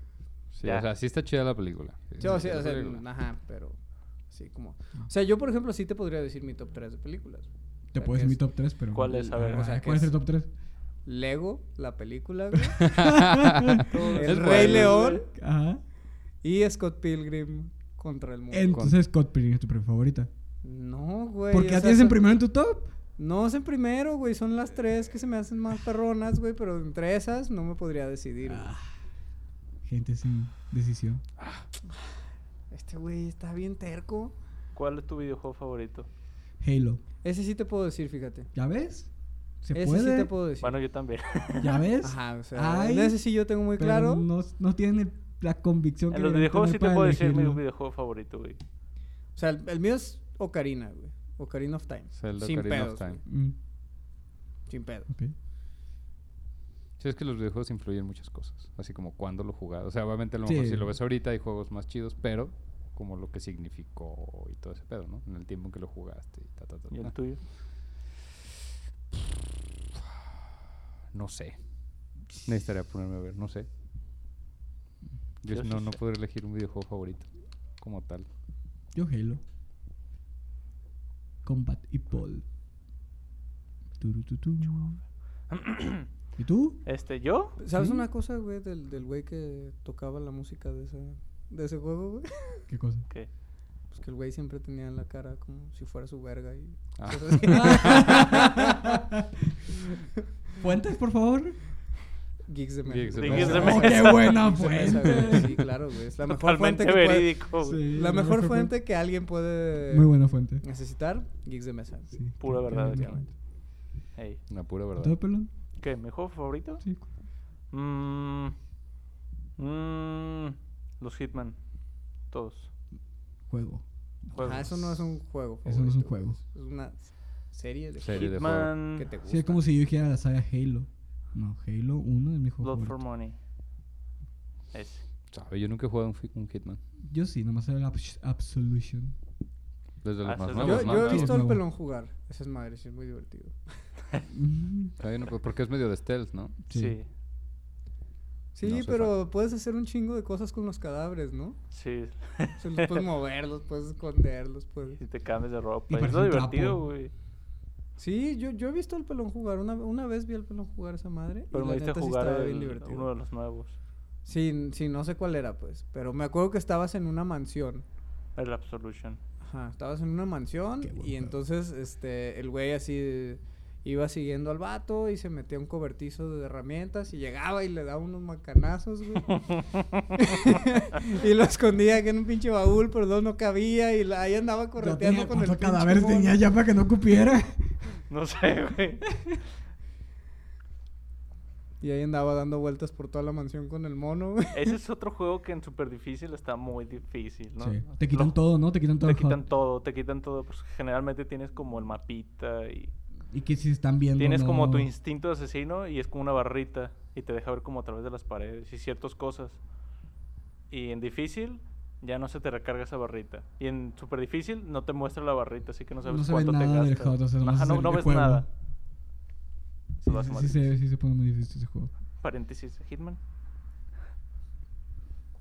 Speaker 4: Sí,
Speaker 3: Ya.
Speaker 4: o sea, sí está chida la película.
Speaker 1: Sí, o
Speaker 4: Sí,
Speaker 1: sea,
Speaker 4: la
Speaker 1: o sea,
Speaker 4: película.
Speaker 1: ajá, pero así como... O sea, yo, por ejemplo, sí te podría decir mi top 3 de películas.
Speaker 2: Te puedes decir mi top 3, pero.
Speaker 3: ¿Cuál es? A ver,
Speaker 2: Ah,
Speaker 1: o sea, ¿qué
Speaker 2: ¿Cuál es el
Speaker 1: es?
Speaker 2: top 3?
Speaker 3: *laughs*
Speaker 1: Lego, la *laughs* película, güey.
Speaker 4: Es
Speaker 1: El Rey
Speaker 4: bueno.
Speaker 1: León
Speaker 2: Ajá.
Speaker 1: y Scott Pilgrim contra el mundo.
Speaker 2: Entonces, Scott Pilgrim es tu película favorita.
Speaker 1: No, güey.
Speaker 2: ¿Por
Speaker 1: o
Speaker 2: qué la
Speaker 1: sea,
Speaker 2: tienes en
Speaker 1: son-
Speaker 2: primero en tu top?
Speaker 1: No es en primero, güey. Son las tres que se me hacen más perronas, güey. Pero entre esas no me podría decidir. güey.
Speaker 2: Ah, Gente sin decisión.
Speaker 1: Este güey está bien terco.
Speaker 3: ¿Cuál es tu videojuego favorito?
Speaker 2: Halo.
Speaker 1: Ese sí te puedo decir, fíjate.
Speaker 2: ¿Ya ves? Se
Speaker 1: Ese
Speaker 2: puede.
Speaker 1: sí te puedo decir.
Speaker 3: Bueno, yo también.
Speaker 2: ¿Ya ves?
Speaker 1: Ajá, o sea,
Speaker 2: Ay,
Speaker 1: en ese sí yo tengo muy
Speaker 2: Pero
Speaker 1: claro.
Speaker 2: No, no tienen la convicción que
Speaker 3: *laughs* En los
Speaker 2: deberían
Speaker 3: videojuegos sí
Speaker 2: tener
Speaker 3: te
Speaker 2: para
Speaker 3: puedo decir mi
Speaker 2: elegirlo.
Speaker 3: videojuego favorito, güey.
Speaker 1: O sea, el, el mío es Ocarina, güey. Ocarina of Time.
Speaker 4: Zelda
Speaker 1: Sin
Speaker 4: Ocarina of
Speaker 1: pedos.
Speaker 4: Time.
Speaker 1: güey,
Speaker 2: Mm,
Speaker 1: Sin pedo.
Speaker 2: ok.
Speaker 4: Sí, es que los videojuegos influyen muchas cosas. Así como cuándo lo jugabas. O sea, obviamente a lo
Speaker 2: Sí.
Speaker 4: mejor si lo ves ahorita hay juegos más chidos, pero como lo que significó y todo ese pedo, ¿no? En el tiempo en que lo jugaste y ta, ta, ta,
Speaker 3: ¿Y
Speaker 2: Ah.
Speaker 4: ta.
Speaker 3: el tuyo?
Speaker 4: No sé. Necesitaría ponerme a ver, no sé.
Speaker 3: Yo
Speaker 4: Yo no,
Speaker 3: sí
Speaker 4: no
Speaker 3: sé.
Speaker 4: podría elegir un videojuego favorito como tal.
Speaker 2: Yo Halo. Combat y Paul. Turu, tu, tu. ¿Y tú?
Speaker 3: Este, ¿yo?
Speaker 1: ¿Sabes
Speaker 2: Sí.
Speaker 1: una cosa, güey, del del güey que tocaba la música de ese, de ese juego, güey?
Speaker 2: ¿Qué cosa?
Speaker 3: ¿Qué?
Speaker 1: Pues que el güey siempre tenía la cara como si fuera su verga y...
Speaker 4: Ah.
Speaker 1: cosas así.
Speaker 2: Fuentes, por favor.
Speaker 1: *laughs* Geeks de mesa.
Speaker 4: Geeks de
Speaker 1: güey.
Speaker 2: *laughs*
Speaker 3: mesa. Geeks de
Speaker 2: Oh, qué
Speaker 3: mesa.
Speaker 2: buena
Speaker 1: Geeks de mesa, güey. *laughs* Sí,
Speaker 2: fuente.
Speaker 1: claro, güey. Es la mejor fuente
Speaker 3: Totalmente
Speaker 1: que puede-
Speaker 3: verídico. güey.
Speaker 2: Sí,
Speaker 1: La mejor fuente que alguien puede
Speaker 2: Muy buena fuente.
Speaker 1: necesitar, Geeks de mesa.
Speaker 2: Sí,
Speaker 3: Pura
Speaker 2: qué- qué
Speaker 3: verdad,
Speaker 2: buena
Speaker 3: obviamente.
Speaker 2: fuente.
Speaker 3: Ey.
Speaker 4: La pura
Speaker 2: ¿Todo
Speaker 4: verdad.
Speaker 2: pelón?
Speaker 3: ¿Qué? ¿Mi juego favorito?
Speaker 2: Sí.
Speaker 3: Mmm. Mmm. Los Hitman. Todos.
Speaker 2: Juego.
Speaker 3: Juegos.
Speaker 1: Ajá, Ah, eso no es un juego.
Speaker 2: Eso no es un
Speaker 1: favorito,
Speaker 2: juego.
Speaker 1: Es una serie de
Speaker 4: Serie de juegos.
Speaker 3: Hitman.
Speaker 1: que te gusta.
Speaker 2: Sí, es como si yo dijera la saga Halo. No, Halo 1 es mi juego.
Speaker 3: Blood for
Speaker 2: favorito.
Speaker 3: Money. Ese.
Speaker 4: Sabe, Yo nunca he jugado un, fi- un Hitman.
Speaker 2: Yo sí, nomás era la abs- Absolution.
Speaker 4: Desde los
Speaker 3: Ah, eso
Speaker 4: más
Speaker 3: es
Speaker 1: Yo,
Speaker 3: nuevo,
Speaker 4: nuevos,
Speaker 1: yo
Speaker 4: ¿no?
Speaker 1: he
Speaker 2: Sí,
Speaker 1: visto
Speaker 2: es
Speaker 1: al
Speaker 2: nuevo.
Speaker 1: pelón jugar. Esa es madre, sí, es muy divertido.
Speaker 2: Mm,
Speaker 4: Está bien, pues, porque es medio de stealth, ¿no?
Speaker 2: sí.
Speaker 3: Sí.
Speaker 1: Sí,
Speaker 4: No soy
Speaker 1: pero puedes hacer un chingo de cosas con los cadáveres, ¿no?
Speaker 3: Sí.
Speaker 1: Se los
Speaker 3: *laughs*
Speaker 1: puedes mover, los puedes esconder, los puedes...
Speaker 3: Si te cambias de ropa.
Speaker 2: Y
Speaker 3: es
Speaker 2: parece
Speaker 3: lo
Speaker 2: un
Speaker 3: divertido,
Speaker 2: trapo.
Speaker 3: güey.
Speaker 1: Sí, yo, yo he visto al pelón jugar. Una, una vez vi al pelón jugar esa madre.
Speaker 3: Pero
Speaker 1: y
Speaker 3: me
Speaker 1: la
Speaker 3: diste
Speaker 1: neta sí
Speaker 3: jugar
Speaker 1: estaba
Speaker 3: el-
Speaker 1: bien divertido.
Speaker 3: uno de los nuevos.
Speaker 1: Sí, sí, no sé cuál era, pues. Pero me acuerdo que estabas en una mansión.
Speaker 3: El Absolution.
Speaker 1: Ajá, estabas en una mansión
Speaker 2: Qué buen
Speaker 1: y
Speaker 2: pedo.
Speaker 1: entonces este el güey así de- iba siguiendo al vato y se metía a un cobertizo de herramientas y llegaba y le daba unos macanazos,
Speaker 2: *laughs*
Speaker 1: güey. *laughs* y lo escondía aquí en un pinche baúl, pero no, no cabía y la- ahí andaba
Speaker 2: Ya
Speaker 1: correteando
Speaker 2: tenía,
Speaker 1: con el
Speaker 2: ¿Cuántos
Speaker 1: pinche
Speaker 2: cadáveres
Speaker 1: mono.
Speaker 2: tenía ya para que no cupiera?
Speaker 3: No sé,
Speaker 1: *laughs*
Speaker 3: güey.
Speaker 1: Y ahí andaba dando vueltas por toda la mansión con el mono, güey.
Speaker 3: Ese es otro juego que en super difícil está muy difícil, ¿no?
Speaker 2: Sí. Te quitan
Speaker 3: Lo-
Speaker 2: todo, ¿no? Te quitan todo.
Speaker 3: Te
Speaker 2: el hub.
Speaker 3: quitan todo, te quitan todo. Pues generalmente tienes como el mapita y
Speaker 2: Y que si están viendo.
Speaker 3: tienes como tu
Speaker 2: no-
Speaker 3: instinto de asesino y es como una barrita y te deja ver como a través de las paredes y ciertas cosas. Y en difícil ya no se te recarga esa barrita. Y en super difícil no te muestra la barrita, así que no sabes
Speaker 2: No se ve
Speaker 3: cuánto te
Speaker 2: nada del
Speaker 3: gastas.
Speaker 2: HUD, o sea, nomás
Speaker 3: Ajá,
Speaker 2: es
Speaker 3: no,
Speaker 2: el
Speaker 3: no ves
Speaker 2: juego.
Speaker 3: nada.
Speaker 2: Sí,
Speaker 3: Se lo hace
Speaker 2: sí,
Speaker 3: más
Speaker 2: sí,
Speaker 3: difícil.
Speaker 2: se, sí se pone muy difícil ese juego.
Speaker 3: Paréntesis, Hitman.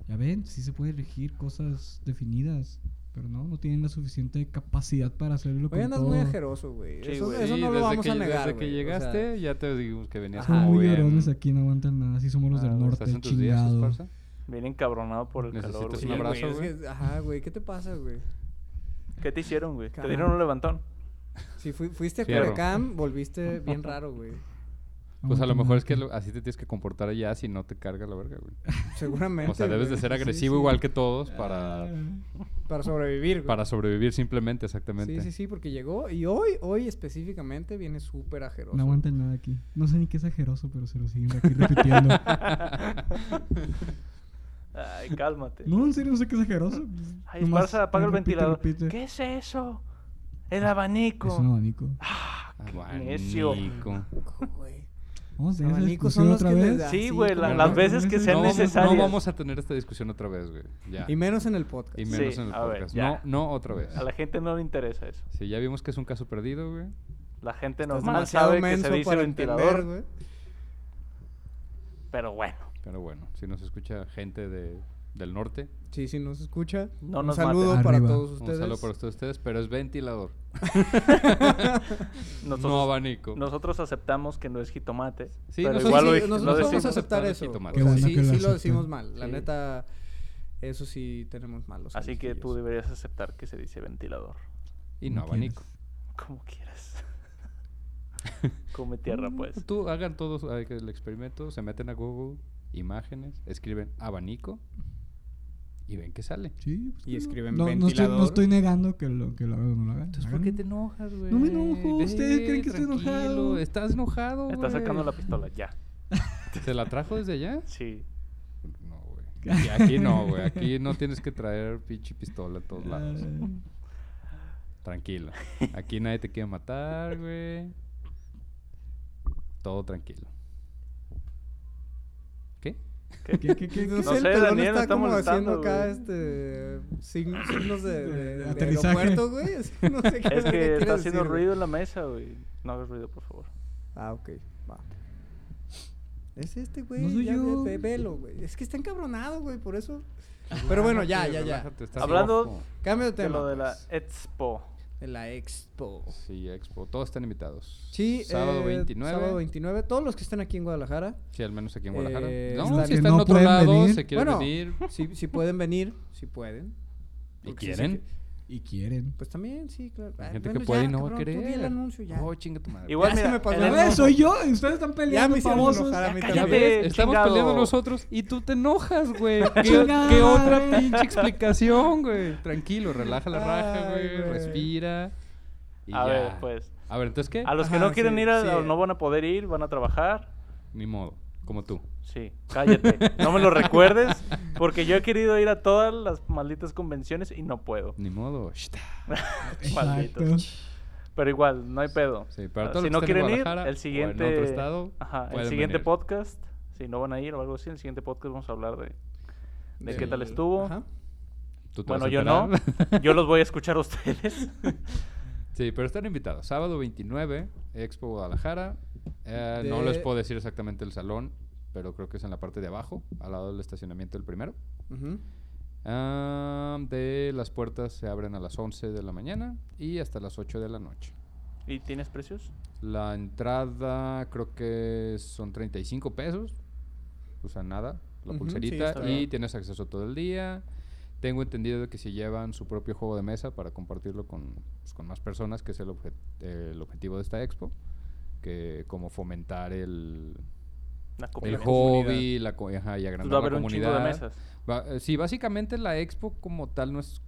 Speaker 2: Ya ven, sí se puede elegir cosas definidas. Pero no, no tienen la suficiente capacidad para hacerlo con
Speaker 1: Hoy andas
Speaker 2: todo.
Speaker 1: muy ajeroso, güey.
Speaker 3: Sí,
Speaker 1: eso,
Speaker 3: güey.
Speaker 1: eso
Speaker 4: Sí,
Speaker 1: no lo
Speaker 4: desde
Speaker 1: vamos
Speaker 4: que,
Speaker 1: a negar,
Speaker 4: Desde que
Speaker 1: güey, o sea,
Speaker 4: llegaste ya te dijimos que venías
Speaker 2: Son
Speaker 4: muy
Speaker 2: muy
Speaker 4: bien.
Speaker 2: llorones aquí, no aguantan nada. Así somos los
Speaker 3: Ah,
Speaker 2: del
Speaker 3: güey,
Speaker 2: norte,
Speaker 4: ¿Estás en tus días, Pues
Speaker 2: chingado.
Speaker 4: Esparza?
Speaker 3: Bien encabronado por el calor,
Speaker 4: Necesitas
Speaker 1: sí,
Speaker 4: un
Speaker 3: güey.
Speaker 4: abrazo,
Speaker 1: güey, es
Speaker 4: güey.
Speaker 1: que- ajá, güey, ¿qué te pasa, güey?
Speaker 3: ¿Qué te hicieron, güey? Te
Speaker 1: Cabrón.
Speaker 3: dieron un levantón.
Speaker 1: Si fui- fuiste a
Speaker 4: Fierro.
Speaker 1: Culiacán, volviste bien raro, güey.
Speaker 4: Pues a lo mejor es que
Speaker 2: Afortunadamente.
Speaker 4: lo- así te tienes que comportar allá si no te carga la verga, güey.
Speaker 1: Seguramente.
Speaker 4: O sea,
Speaker 3: *laughs*
Speaker 4: debes de
Speaker 1: güey.
Speaker 4: ser
Speaker 1: Sí,
Speaker 4: agresivo
Speaker 1: sí.
Speaker 4: igual que todos
Speaker 3: Ah,
Speaker 4: para,
Speaker 1: Para sobrevivir, güey.
Speaker 4: para sobrevivir simplemente,
Speaker 1: Sí,
Speaker 2: *laughs*
Speaker 4: exactamente.
Speaker 1: sí, sí, porque llegó y hoy, hoy específicamente viene súper ajeroso.
Speaker 2: No aguantan nada aquí. No sé ni qué es ajeroso, pero se lo siguen aquí
Speaker 4: *laughs*
Speaker 2: repitiendo.
Speaker 4: Ah,
Speaker 3: Ay, cálmate.
Speaker 2: No, en serio, no sé qué es ajeroso.
Speaker 3: Ay,
Speaker 2: Nomás
Speaker 3: Esparza, apaga el
Speaker 2: repite,
Speaker 3: ventilador.
Speaker 2: repite.
Speaker 3: ¿Qué es eso? El abanico.
Speaker 2: Es un abanico.
Speaker 4: Abanico.
Speaker 1: Güey.
Speaker 2: Vamos a tener esa
Speaker 1: Abanicos
Speaker 2: discusión
Speaker 1: son los
Speaker 2: otra
Speaker 1: que le
Speaker 2: vez.
Speaker 1: da-
Speaker 3: Sí,
Speaker 1: Ah,
Speaker 3: güey, la-
Speaker 2: como-
Speaker 3: las veces que
Speaker 2: No,
Speaker 3: sean
Speaker 4: No, vamos-
Speaker 3: necesarias.
Speaker 4: no vamos a tener esta discusión otra vez, güey. Ya.
Speaker 1: Y menos en el podcast.
Speaker 4: Y menos
Speaker 3: Sí,
Speaker 4: en el
Speaker 3: a ver,
Speaker 4: podcast.
Speaker 3: ya.
Speaker 4: no, no otra vez.
Speaker 3: A la gente no le interesa eso.
Speaker 4: Sí, ya vimos que es un caso perdido, güey.
Speaker 3: La gente
Speaker 1: Estás
Speaker 3: normal
Speaker 1: demasiado
Speaker 3: sabe que se
Speaker 1: menso
Speaker 3: dice
Speaker 1: para
Speaker 3: ventilador.
Speaker 1: entender, güey.
Speaker 3: pero bueno,
Speaker 4: Pero bueno, si nos escucha gente de, del norte,
Speaker 1: Sí, sí, nos escucha.
Speaker 3: No
Speaker 1: un
Speaker 3: nos
Speaker 1: saludo
Speaker 2: maten.
Speaker 1: para
Speaker 2: Arriba.
Speaker 1: todos
Speaker 4: un
Speaker 1: ustedes.
Speaker 4: saludo para todos ustedes, pero es ventilador,
Speaker 3: nosotros,
Speaker 4: no abanico.
Speaker 3: nosotros aceptamos que no es jitomate.
Speaker 4: Sí,
Speaker 3: pero
Speaker 4: nosotros
Speaker 3: igual
Speaker 4: sí,
Speaker 3: lo, dij-
Speaker 1: nosotros
Speaker 3: lo
Speaker 1: vamos
Speaker 3: decimos.
Speaker 1: a aceptar
Speaker 4: Nosotros
Speaker 1: eso. O
Speaker 4: tomate.
Speaker 2: Qué
Speaker 1: sea,
Speaker 2: bueno
Speaker 1: sí,
Speaker 2: que lo
Speaker 1: sí lo
Speaker 2: aceptan.
Speaker 1: decimos mal. La
Speaker 3: Sí.
Speaker 1: neta, eso sí tenemos mal. los
Speaker 3: Así que tú
Speaker 1: alojillos.
Speaker 3: deberías aceptar que se dice ventilador.
Speaker 4: Y no
Speaker 2: Como quieras.
Speaker 4: abanico.
Speaker 3: Como quieras. Come tierra, pues.
Speaker 4: Tú hagan todos eh, que el experimento, se meten a Google, imágenes, escriben abanico y ven que sale.
Speaker 2: Sí, pues
Speaker 1: Y
Speaker 2: que no.
Speaker 1: escriben
Speaker 2: no, no estoy, no
Speaker 1: ventilador.
Speaker 2: estoy negando que lo, que lo hagan o no lo hagan. Entonces,
Speaker 4: enojas, güey?
Speaker 2: me enojo, ustedes creen que estoy
Speaker 4: tranquilo,
Speaker 2: enojado.
Speaker 4: Estás enojado,
Speaker 3: Está sacando la
Speaker 4: güey.
Speaker 3: pistola, ya.
Speaker 4: ¿Se la trajo desde allá?
Speaker 3: Sí.
Speaker 4: No, *laughs* güey. Aquí, aquí no, güey. Aquí no tienes que traer pinche pistola a todos lados.
Speaker 2: Ah,
Speaker 4: Tranquilo. Aquí nadie te quiere matar, güey. Todo tranquilo. ¿Qué?
Speaker 3: ¿Qué?
Speaker 2: ¿Qué, qué, qué, qué?
Speaker 1: No sé,
Speaker 3: sé,
Speaker 1: el pelón
Speaker 3: Daniel, me
Speaker 1: está
Speaker 3: está
Speaker 1: como
Speaker 3: molestando,
Speaker 1: haciendo acá
Speaker 3: güey.
Speaker 1: este, sign- signos de, de, de
Speaker 2: Aterrizaje.
Speaker 1: aeropuerto, güey. así, no sé qué verga
Speaker 3: Es que
Speaker 1: quiere
Speaker 3: está haciendo
Speaker 1: decir, güey.
Speaker 3: ruido en la mesa, güey. No hagas ruido, por favor.
Speaker 1: Ah, ok, va. Es este, güey.
Speaker 2: No soy
Speaker 1: ya,
Speaker 2: yo.
Speaker 1: ve- ve- velo, güey. Es que está encabronado, güey, por eso.
Speaker 4: Ah,
Speaker 1: Pero bueno, ya, ya, ya.
Speaker 4: Relájate, estás
Speaker 3: Hablando-
Speaker 4: rojo.
Speaker 1: Cambio de
Speaker 3: De
Speaker 1: tema.
Speaker 3: lo de la
Speaker 1: pues.
Speaker 3: expo.
Speaker 1: De la expo.
Speaker 4: Sí, Expo. Todos están invitados.
Speaker 1: Sí,
Speaker 4: Sábado
Speaker 1: eh,
Speaker 4: 29.
Speaker 1: Sábado 29. Todos los que estén aquí en Guadalajara,
Speaker 4: Sí, al menos aquí en Guadalajara.
Speaker 1: Eh,
Speaker 4: no,
Speaker 1: están-
Speaker 4: si
Speaker 1: que
Speaker 4: están
Speaker 2: no
Speaker 4: en otro
Speaker 2: pueden
Speaker 4: lado,
Speaker 2: venir.
Speaker 4: se quieren
Speaker 1: Bueno,
Speaker 4: venir.
Speaker 1: si, si pueden venir, si pueden.
Speaker 4: ¿Y
Speaker 1: Porque sí sé
Speaker 4: quieren?
Speaker 1: que-
Speaker 2: Y quieren.
Speaker 1: pues también, sí, claro.
Speaker 4: Hay
Speaker 1: Ah,
Speaker 4: gente
Speaker 1: bueno,
Speaker 4: que puede
Speaker 1: ya,
Speaker 4: y no va a
Speaker 1: cabrón, tú di
Speaker 4: querer.
Speaker 1: el anuncio ya.
Speaker 4: Oh, chinga tu madre.
Speaker 3: Igual
Speaker 1: Ya se
Speaker 3: mira,
Speaker 1: me pasó.
Speaker 3: en
Speaker 1: A
Speaker 3: el-
Speaker 1: ver,
Speaker 2: soy yo y ustedes están
Speaker 1: Ya
Speaker 2: peleando,
Speaker 1: me hicieron
Speaker 2: famosos.
Speaker 1: enojar a mí
Speaker 2: Ya,
Speaker 1: también.
Speaker 2: cállate.
Speaker 3: Eh,
Speaker 4: Estamos
Speaker 3: chingado.
Speaker 4: peleando nosotros y tú te enojas,
Speaker 1: *laughs*
Speaker 4: güey. ¿Qué,
Speaker 2: Chingada
Speaker 4: qué otra
Speaker 2: madre.
Speaker 4: pinche explicación, güey? Tranquilo, relaja la raja,
Speaker 1: Ay,
Speaker 4: güey.
Speaker 1: güey.
Speaker 4: Respira. y
Speaker 3: A ver,
Speaker 4: ya.
Speaker 3: pues.
Speaker 4: A ver, entonces qué?
Speaker 3: A los que
Speaker 1: Ajá,
Speaker 3: no quieren
Speaker 1: sí,
Speaker 3: ir a-
Speaker 1: sí,
Speaker 3: o
Speaker 1: eh.
Speaker 3: no van a poder ir, van a trabajar.
Speaker 4: Ni modo, como tú.
Speaker 3: Sí, cállate. No me
Speaker 1: *laughs*
Speaker 3: lo recuerdes porque yo he querido ir a todas las malditas convenciones y no puedo.
Speaker 4: Ni modo. Shta.
Speaker 3: *laughs* Malditos.
Speaker 2: Exacto.
Speaker 3: Pero igual, no hay pedo.
Speaker 4: Sí, para
Speaker 3: Ah,
Speaker 4: todos
Speaker 3: si
Speaker 4: los que
Speaker 3: no
Speaker 4: estén en
Speaker 3: quieren ir,
Speaker 4: Guadalajara
Speaker 3: el
Speaker 4: o
Speaker 3: siguiente
Speaker 4: en otro estado,
Speaker 3: ajá, el
Speaker 4: pueden
Speaker 3: siguiente
Speaker 4: venir.
Speaker 3: podcast, si no van a ir o algo así, el siguiente podcast vamos a hablar de ¿De qué tal estuvo?
Speaker 1: Ajá.
Speaker 4: Tú te
Speaker 3: Bueno,
Speaker 4: vas a
Speaker 3: yo no.
Speaker 4: *laughs* enterar.
Speaker 3: Yo los voy a escuchar a ustedes. *laughs*
Speaker 4: Sí, pero están invitados. Sábado 29, Expo Guadalajara. Eh, No
Speaker 1: De-
Speaker 4: les puedo decir exactamente el salón, pero creo que es en la parte de abajo, al lado del estacionamiento del primero.
Speaker 1: Ujú.
Speaker 4: Ah, de las puertas se abren a las 11 de la mañana y hasta las 8 de la noche.
Speaker 3: ¿Y tienes precios?
Speaker 4: La entrada creo que son 35 pesos. O sea, nada. La
Speaker 1: Ujú, sí,
Speaker 4: pulserita.
Speaker 1: está
Speaker 4: y
Speaker 1: bien.
Speaker 4: tienes acceso todo el día. Tengo entendido de que si llevan su propio juego de mesa para compartirlo con, pues, con más personas, que es el, obje- eh, el objetivo de esta expo. Que como fomentar el,
Speaker 3: La
Speaker 4: el
Speaker 3: comida.
Speaker 4: hobby la co- ajá, y agrandar
Speaker 3: Entonces Pues va a haber
Speaker 4: la
Speaker 3: un chingo
Speaker 4: comunidad.
Speaker 3: de mesas.
Speaker 4: Ba- eh, sí, básicamente la expo como tal no es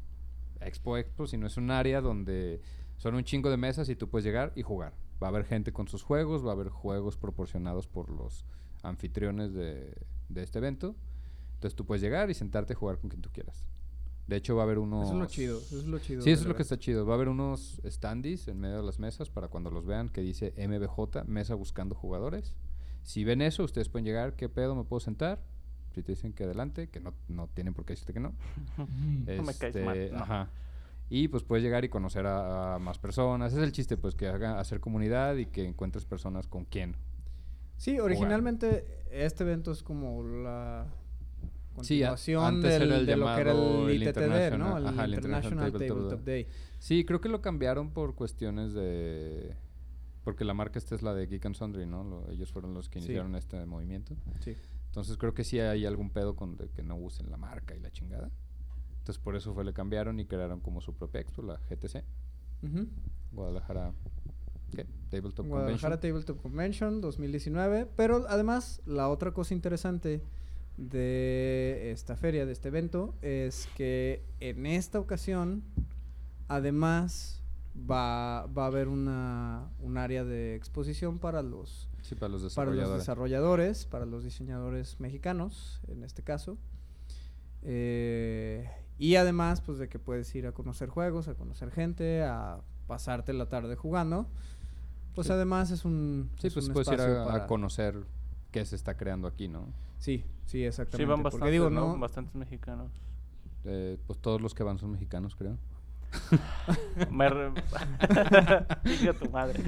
Speaker 4: expo expo, sino es un área donde son un chingo de mesas y tú puedes llegar y jugar. Va a haber gente con sus juegos, va a haber juegos proporcionados por los anfitriones de, de este evento. Entonces tú puedes llegar y sentarte a jugar con quien tú quieras. De hecho va a haber unos...
Speaker 1: Eso es lo chido. Eso es lo chido.
Speaker 4: Sí,
Speaker 1: de
Speaker 4: eso es
Speaker 1: la
Speaker 4: lo que
Speaker 1: verdad.
Speaker 4: está chido. Va a haber unos standees en medio de las mesas para cuando los vean que dice MBJ, Mesa Buscando Jugadores. Si ven eso, ustedes pueden llegar, ¿qué pedo? ¿Me puedo sentar? Si te dicen que adelante, que no, no tienen por qué decirte que no.
Speaker 2: Mm.
Speaker 3: *laughs* No me caes
Speaker 4: Este,
Speaker 3: mal, no.
Speaker 4: Ajá. Y pues puedes llegar y conocer a, a más personas. Ese es el chiste, pues que haga, hacer comunidad y que encuentres personas con quien.
Speaker 1: Sí, originalmente este evento es como la
Speaker 4: Sí, a-
Speaker 1: continuación
Speaker 4: antes
Speaker 1: del-
Speaker 4: era el
Speaker 1: de lo que era
Speaker 4: llamado el
Speaker 1: el ITTD, ¿no?
Speaker 4: International-
Speaker 1: El
Speaker 4: ajá, el International
Speaker 1: International
Speaker 4: Tabletop
Speaker 1: Tabletop Day.
Speaker 4: Sí, creo que lo cambiaron por cuestiones de... Porque la marca esta es la de Geek and Sundry, ¿no? Lo- ellos fueron los que
Speaker 1: Sí.
Speaker 4: iniciaron este movimiento.
Speaker 1: Sí.
Speaker 4: Entonces creo que sí hay algún pedo con de que no usen la marca y la chingada. Entonces por eso fue le cambiaron y crearon como su propia expo, la GTC.
Speaker 1: Ujú.
Speaker 4: Guadalajara. ¿Qué? Tabletop
Speaker 1: Guadalajara
Speaker 4: Convention.
Speaker 1: Tabletop Convention 2019. Pero además, la otra cosa interesante de esta feria, de este evento, es que en esta ocasión, además, va, va a haber una, un área de exposición para los,
Speaker 4: Sí, para los
Speaker 1: para los
Speaker 4: desarrolladores.
Speaker 1: desarrolladores, para los diseñadores mexicanos, en este caso. Eh, y además, pues de que puedes ir a conocer juegos, a conocer gente, a pasarte la tarde jugando. Pues
Speaker 4: Sí.
Speaker 1: además es un.
Speaker 4: Sí,
Speaker 1: es
Speaker 4: pues
Speaker 1: un
Speaker 4: puedes ir
Speaker 1: espacio
Speaker 4: a, a
Speaker 1: para-
Speaker 4: conocer qué se está creando aquí, ¿no?
Speaker 1: Sí, sí,
Speaker 3: Sí,
Speaker 1: exactamente.
Speaker 3: van
Speaker 1: Porque
Speaker 3: bastantes,
Speaker 1: digo,
Speaker 3: ¿no?
Speaker 1: no. *laughs*
Speaker 3: Bastantes mexicanos.
Speaker 4: Eh, pues todos los que van son mexicanos, creo.
Speaker 3: Me re... *laughs* Hijo de tu madre.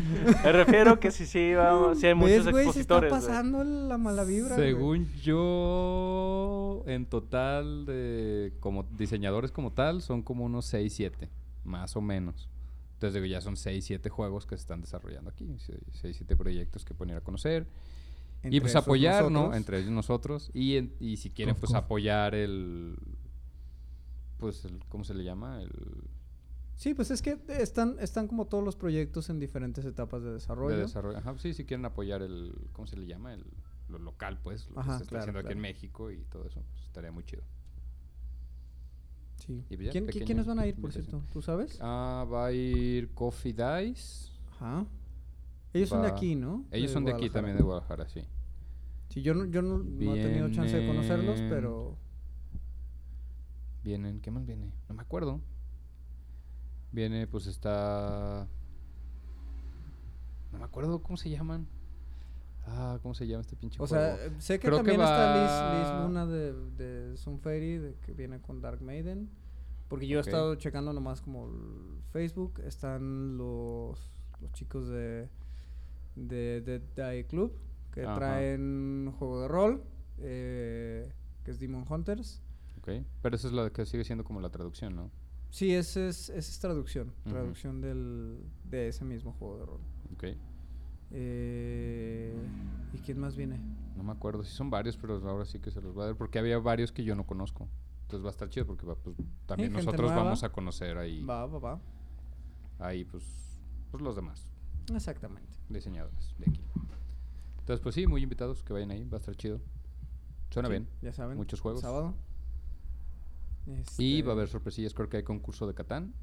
Speaker 3: Me refiero que sí, sí, vamos, sí hay muchos
Speaker 1: ¿Ves, Pues, güey? Se está
Speaker 3: expositores. güey.
Speaker 1: pasando la mala vibra. güey.
Speaker 4: Según yo, en total, de como diseñadores como tal, son como unos 6, 7, más o menos. Entonces digo, ya son 6, 7 juegos que se están desarrollando aquí, 6, 7 proyectos que poner a conocer. y
Speaker 1: Entre
Speaker 4: pues
Speaker 1: esos
Speaker 4: apoyar, ¿no?
Speaker 1: nosotros.
Speaker 4: Entre ellos nosotros. Y, en- y si quieren,
Speaker 2: Cof,
Speaker 4: pues
Speaker 2: cof.
Speaker 4: apoyar el... Pues, el, ¿cómo se le llama? El
Speaker 1: Sí, pues es que están, están como todos los proyectos en diferentes etapas de desarrollo.
Speaker 4: de desarrollo. Ajá, sí, si quieren apoyar el... ¿Cómo se le llama? El, lo local, pues. Lo
Speaker 1: Ajá,
Speaker 4: que se está
Speaker 1: claro,
Speaker 4: haciendo aquí en
Speaker 1: claro.
Speaker 4: México y todo eso. pues, estaría muy chido.
Speaker 1: Sí.
Speaker 4: Y pues ya,
Speaker 1: ¿Quién- qui-
Speaker 4: pequeña
Speaker 1: ¿Quiénes van a ir, por
Speaker 4: invitación.
Speaker 1: cierto? ¿Tú sabes?
Speaker 4: Ah, va a ir Coffee Dice.
Speaker 1: Ajá. Ellos son de
Speaker 4: Va-
Speaker 1: aquí, ¿no?
Speaker 4: Ellos
Speaker 1: De
Speaker 4: son de aquí también, de Guadalajara, sí.
Speaker 1: Sí, yo no, yo no, no he tenido chance de conocerlos,
Speaker 4: Vienen-
Speaker 1: pero
Speaker 4: Vienen, ¿qué más viene? No me acuerdo. Viene, pues está. No me acuerdo cómo se llaman. Ah, ¿cómo se llama este pinche
Speaker 1: O
Speaker 4: juego?
Speaker 1: sea, eh, sé que
Speaker 4: Creo que
Speaker 1: también está Liz,
Speaker 4: va-
Speaker 1: Liz Luna de, de Sun Fairy, de- que viene con Dark Maiden. Porque yo
Speaker 4: Ok.
Speaker 1: he estado checando nomás como el Facebook. Están los, los chicos de, de Dead Die Club, que
Speaker 4: Ajá.
Speaker 1: traen un juego de rol, eh, que es Demon Hunters.
Speaker 4: Ok. Pero eso es lo que sigue siendo como la traducción, ¿no?
Speaker 1: Sí, esa es, esa es traducción.
Speaker 4: Ujú.
Speaker 1: Traducción del, de ese mismo juego de rol.
Speaker 4: Ok.
Speaker 1: Eh, ¿Y quién más viene?
Speaker 4: No me acuerdo. Sí, son varios, pero ahora sí que se los va a dar. Porque había varios que yo no conozco. Entonces va a estar chido porque va, pues, también
Speaker 1: gente
Speaker 4: nosotros
Speaker 1: nueva.
Speaker 4: vamos a conocer ahí,
Speaker 1: Va, va, va.
Speaker 4: ahí pues, pues los demás.
Speaker 1: Exactamente.
Speaker 4: diseñadores de aquí. Entonces, pues sí, muy invitados que vayan ahí, va a estar chido. Suena
Speaker 1: Sí,
Speaker 4: bien.
Speaker 1: Ya saben.
Speaker 4: Muchos juegos.
Speaker 1: Sábado.
Speaker 4: Y
Speaker 1: Este,
Speaker 4: va a haber sorpresillas, creo que hay concurso de Catán.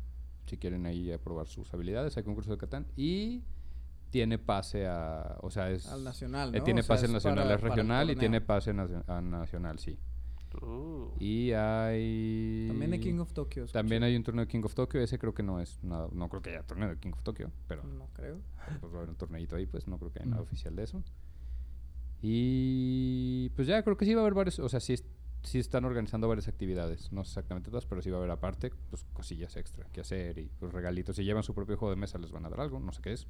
Speaker 4: Si quieren ahí a probar sus habilidades, hay concurso de Catán. Y tiene pase a. O sea, es.
Speaker 1: Al nacional,
Speaker 4: eh,
Speaker 1: ¿no?
Speaker 4: tiene
Speaker 1: O sea,
Speaker 4: pase
Speaker 1: es
Speaker 4: nacional,
Speaker 1: para-
Speaker 4: es
Speaker 1: para el
Speaker 4: regional y
Speaker 1: torneo.
Speaker 4: tiene pase nacio- a nacional, sí.
Speaker 3: Uh,
Speaker 4: Y hay.
Speaker 1: También hay King of Tokyo. escuché.
Speaker 4: También hay un torneo de King of Tokyo. Ese creo que no es nada. No creo que haya torneo de King of Tokyo, pero.
Speaker 1: No creo.
Speaker 4: pues va a haber un torneito ahí, pues no creo que haya nada
Speaker 2: Mm.
Speaker 4: oficial de eso. Y pues ya creo que sí va a haber varios, o sea, sí, es- sí están organizando varias actividades, no sé exactamente todas, pero sí va a haber aparte, pues cosillas extra que hacer y pues regalitos. Si llevan su propio juego de mesa les van a dar algo, no sé qué es.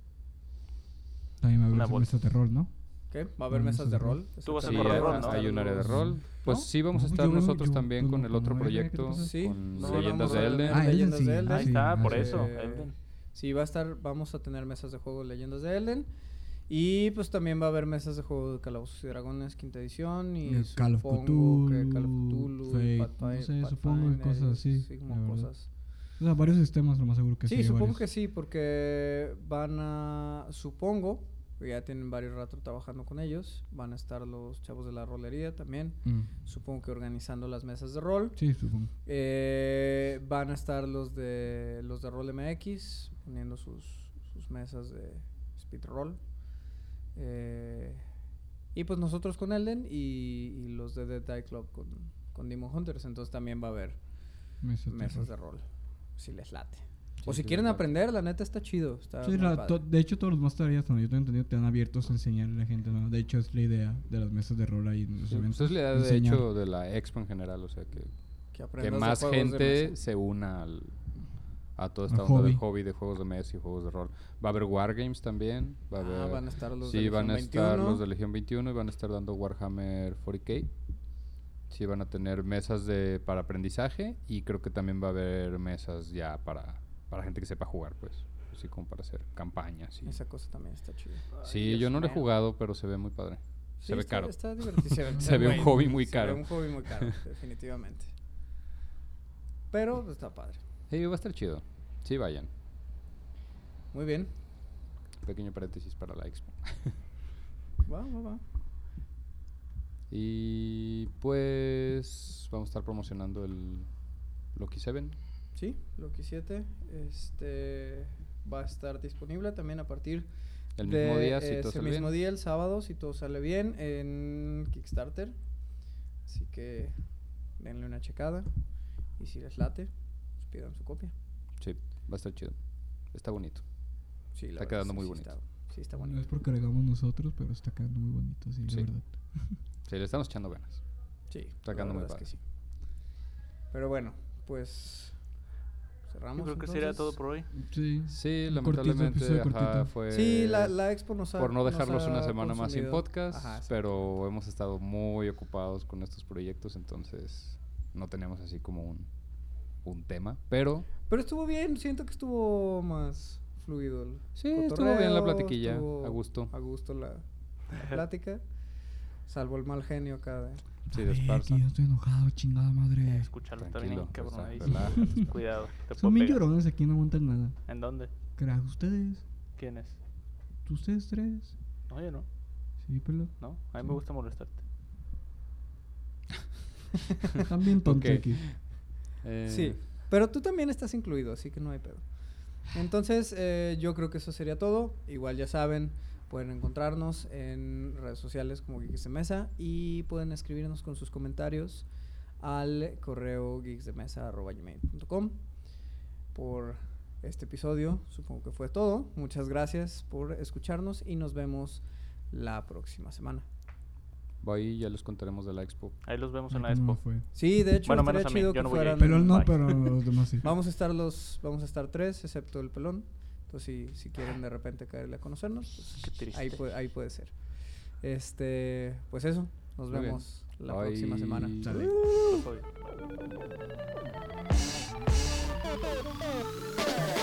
Speaker 2: También va a
Speaker 3: Una
Speaker 2: haber
Speaker 3: bolsa.
Speaker 2: mesas de rol, este ¿no?
Speaker 1: ¿Qué? Va a haber mesas de rol.
Speaker 3: Tú vas a
Speaker 4: Sí,
Speaker 3: correr
Speaker 4: hay,
Speaker 1: Exactamente.
Speaker 3: rol, ¿no?
Speaker 4: hay un área de
Speaker 1: Los-
Speaker 4: rol. Pues
Speaker 1: ¿No?
Speaker 4: sí, vamos a
Speaker 2: No,
Speaker 4: estar
Speaker 2: yo no-
Speaker 4: nosotros
Speaker 2: yo-
Speaker 4: también
Speaker 2: yo no-
Speaker 4: con el otro
Speaker 2: no, ya, ya, ¿qué te
Speaker 4: proyecto,
Speaker 2: pasa?
Speaker 1: Sí.
Speaker 4: con
Speaker 3: No,
Speaker 4: Leyendas
Speaker 3: vamos a
Speaker 4: de
Speaker 3: ver.
Speaker 4: Elden.
Speaker 2: Ah, Elden
Speaker 1: Leyendas
Speaker 2: sí,
Speaker 1: de Elden.
Speaker 2: ah,
Speaker 3: ahí está,
Speaker 2: sí,
Speaker 3: por
Speaker 2: sí.
Speaker 3: eso.
Speaker 1: Eh,
Speaker 3: Elden.
Speaker 1: Sí, va a estar, vamos a tener mesas de juego de Leyendas de Elden. Y pues también va a haber mesas de juego de Calabozos y Dragones, quinta edición. Y
Speaker 2: Y Eh, Call of
Speaker 1: supongo que Call of
Speaker 2: Cthulhu,
Speaker 1: Cthulhu,
Speaker 2: Fate,
Speaker 1: Pathfi-
Speaker 2: no sé, supongo que cosas
Speaker 1: Pathfinder,
Speaker 2: así,
Speaker 1: sí, como
Speaker 2: la verdad.
Speaker 1: cosas.
Speaker 2: O sea, varios sistemas, lo más seguro que sí.
Speaker 1: Sí, supongo
Speaker 2: varios.
Speaker 1: que sí, porque van a, supongo, que ya tienen varios rato trabajando con ellos, van a estar los chavos de la rolería también,
Speaker 2: Mm.
Speaker 1: supongo que organizando las mesas de rol,
Speaker 2: Sí, supongo.
Speaker 1: Eh, van a estar los de los de Rol MX poniendo sus, sus mesas de speed roll, Eh, y pues nosotros con Elden y, y los de Dead Die Club con, con Demon Hunters, entonces también va a haber
Speaker 2: Mesas de
Speaker 1: mesas
Speaker 2: rol.
Speaker 1: de rol, si les late.
Speaker 4: Sí,
Speaker 1: O si
Speaker 4: sí,
Speaker 1: quieren
Speaker 4: verdad.
Speaker 1: aprender, la neta está chido.
Speaker 4: Ah,
Speaker 1: Está
Speaker 2: Sí,
Speaker 1: muy
Speaker 2: la-
Speaker 1: padre.
Speaker 2: to- de hecho, todos los Master Areas, donde yo tengo entendido, te han abiertos a enseñar a la gente. ¿no? De hecho, es la idea de las mesas de rol ahí en los
Speaker 4: Sí, pues,
Speaker 2: eventos.
Speaker 4: es la idea, de
Speaker 2: enseñar.
Speaker 4: hecho, de la expo en general, o sea, que,
Speaker 1: que,
Speaker 4: que
Speaker 1: aprendas de
Speaker 4: más
Speaker 1: juegos de
Speaker 4: gente
Speaker 1: mesa.
Speaker 4: se una al, a toda
Speaker 2: Al
Speaker 4: esta onda del
Speaker 2: hobby.
Speaker 4: hobby de juegos de mesa y juegos de rol. Va a haber Wargames también, va a haber...
Speaker 1: Ah, van a estar los de
Speaker 4: Sí, van a
Speaker 1: Legión
Speaker 4: estar
Speaker 1: 21.
Speaker 4: los de Legión 21 y van a estar dando Warhammer 40k. Sí, van a tener mesas de, para aprendizaje y creo que también va a haber mesas ya para, para gente que sepa jugar, pues. Así como para hacer campañas. Y...
Speaker 1: Esa cosa también está chida.
Speaker 4: Sí, yo no lo he jugado, pero se ve muy padre.
Speaker 1: Sí,
Speaker 4: se ve
Speaker 1: está-
Speaker 4: caro.
Speaker 1: Está
Speaker 4: *laughs*
Speaker 1: divertido. Se ve,
Speaker 4: Se ve un
Speaker 1: güey,
Speaker 4: hobby muy
Speaker 1: Se
Speaker 4: caro.
Speaker 1: ve un hobby muy
Speaker 4: *laughs*
Speaker 1: caro, definitivamente. Pero pues, está padre.
Speaker 4: Sí, va a estar chido. Sí, vayan.
Speaker 1: Muy bien.
Speaker 4: Pequeño paréntesis para la expo. *laughs*
Speaker 1: Va, va, va.
Speaker 4: Y pues vamos a estar promocionando el Loki 7.
Speaker 1: Sí, Loki 7 este, va a estar disponible también a partir
Speaker 4: El mismo
Speaker 1: de eh,
Speaker 4: día, si todo
Speaker 1: ese
Speaker 4: sale
Speaker 1: mismo
Speaker 4: bien.
Speaker 1: día, el sábado, si todo sale bien, en Kickstarter. Así que denle una checada y si les late, pues pidan su copia.
Speaker 4: Sí, va a estar chido. Está bonito.
Speaker 1: Sí, la
Speaker 4: Está
Speaker 1: verdad
Speaker 4: quedando
Speaker 1: es que
Speaker 4: muy
Speaker 1: sí
Speaker 4: bonito.
Speaker 1: está- sí, está
Speaker 2: No es
Speaker 1: bonito.
Speaker 2: porque lo hagamos nosotros, pero está quedando muy bonito, sí,
Speaker 4: Sí.
Speaker 2: la verdad.
Speaker 4: Sí, le estamos echando ganas.
Speaker 1: Sí,
Speaker 4: Está
Speaker 1: la
Speaker 4: quedando muy
Speaker 1: verdad es que
Speaker 4: padre.
Speaker 1: sí. Pero bueno, pues cerramos.
Speaker 3: Yo creo que sería todo
Speaker 1: entonces.
Speaker 3: por hoy.
Speaker 2: Sí.
Speaker 4: Sí,
Speaker 2: Un cortito
Speaker 4: lamentablemente
Speaker 2: episodio,
Speaker 4: ajá,
Speaker 2: cortito.
Speaker 4: fue
Speaker 1: Sí, la, la expo nos ha
Speaker 4: por no
Speaker 1: nos
Speaker 4: dejarlos una
Speaker 1: ha
Speaker 4: semana más sin
Speaker 1: consumido.
Speaker 4: podcast,
Speaker 1: Ajá, sí.
Speaker 4: pero hemos estado muy ocupados con estos proyectos, entonces no tenemos así como un, un tema,
Speaker 1: *laughs*
Speaker 4: pero
Speaker 1: Pero estuvo bien, siento que estuvo más fluido. el
Speaker 4: Sí, estuvo bien la
Speaker 1: cotorreo,
Speaker 4: platiquilla,
Speaker 1: estuvo
Speaker 4: a gusto.
Speaker 1: A gusto la, la plática. Salvo el mal genio acá de.
Speaker 4: Sí,
Speaker 2: A
Speaker 4: de
Speaker 2: ver,
Speaker 4: Esparza.
Speaker 2: que yo estoy enojado, chingada madre.
Speaker 3: Escúchalo, está bien
Speaker 4: Tranquilo,
Speaker 3: cabrón
Speaker 4: o sea,
Speaker 3: ahí. *laughs*
Speaker 4: relájate.
Speaker 3: Cuidado. te
Speaker 2: Son
Speaker 3: puedo
Speaker 2: bien
Speaker 3: pegar.
Speaker 2: llorones aquí, no aguantan nada.
Speaker 3: ¿En dónde?
Speaker 2: Crack, ustedes,
Speaker 3: ¿Quién es?
Speaker 2: ustedes tres.
Speaker 3: No, yo no.
Speaker 2: Sí, pelo.
Speaker 3: No, a mí me
Speaker 2: Sí.
Speaker 3: gusta molestarte.
Speaker 2: Están bien tontos
Speaker 4: *laughs* Ok.
Speaker 2: aquí.
Speaker 4: eh,
Speaker 1: Sí, pero tú también estás incluido, así que no hay pedo. Entonces, eh, yo creo que eso sería todo. Igual ya saben, pueden encontrarnos en redes sociales como Geeks de Mesa y pueden escribirnos con sus comentarios al correo geeksdemesa.com por este episodio. Supongo que fue todo. Muchas gracias por escucharnos y nos vemos la próxima semana.
Speaker 4: voy y ya les contaremos de la expo.
Speaker 3: Ahí los vemos
Speaker 2: Ay,
Speaker 3: en la
Speaker 2: que no
Speaker 3: expo.
Speaker 2: me Ah, fue.
Speaker 1: Sí, de hecho,
Speaker 3: Bueno,
Speaker 1: estaría
Speaker 3: menos a mí,
Speaker 1: chido
Speaker 3: yo
Speaker 1: que
Speaker 3: no voy a ir.
Speaker 1: fueran-
Speaker 2: Pero él no,
Speaker 3: Bye.
Speaker 2: pero los demás sí.
Speaker 1: Vamos a estar los, vamos a estar tres, excepto el pelón. Entonces, si, si quieren de repente caerle a conocernos,
Speaker 3: Qué
Speaker 1: pues, ahí,
Speaker 3: triste.
Speaker 1: puede, ahí puede ser. Este, pues eso, nos
Speaker 4: Muy bien.
Speaker 1: vemos la próxima
Speaker 4: Bye.
Speaker 1: semana.
Speaker 2: Sale.
Speaker 3: Soy-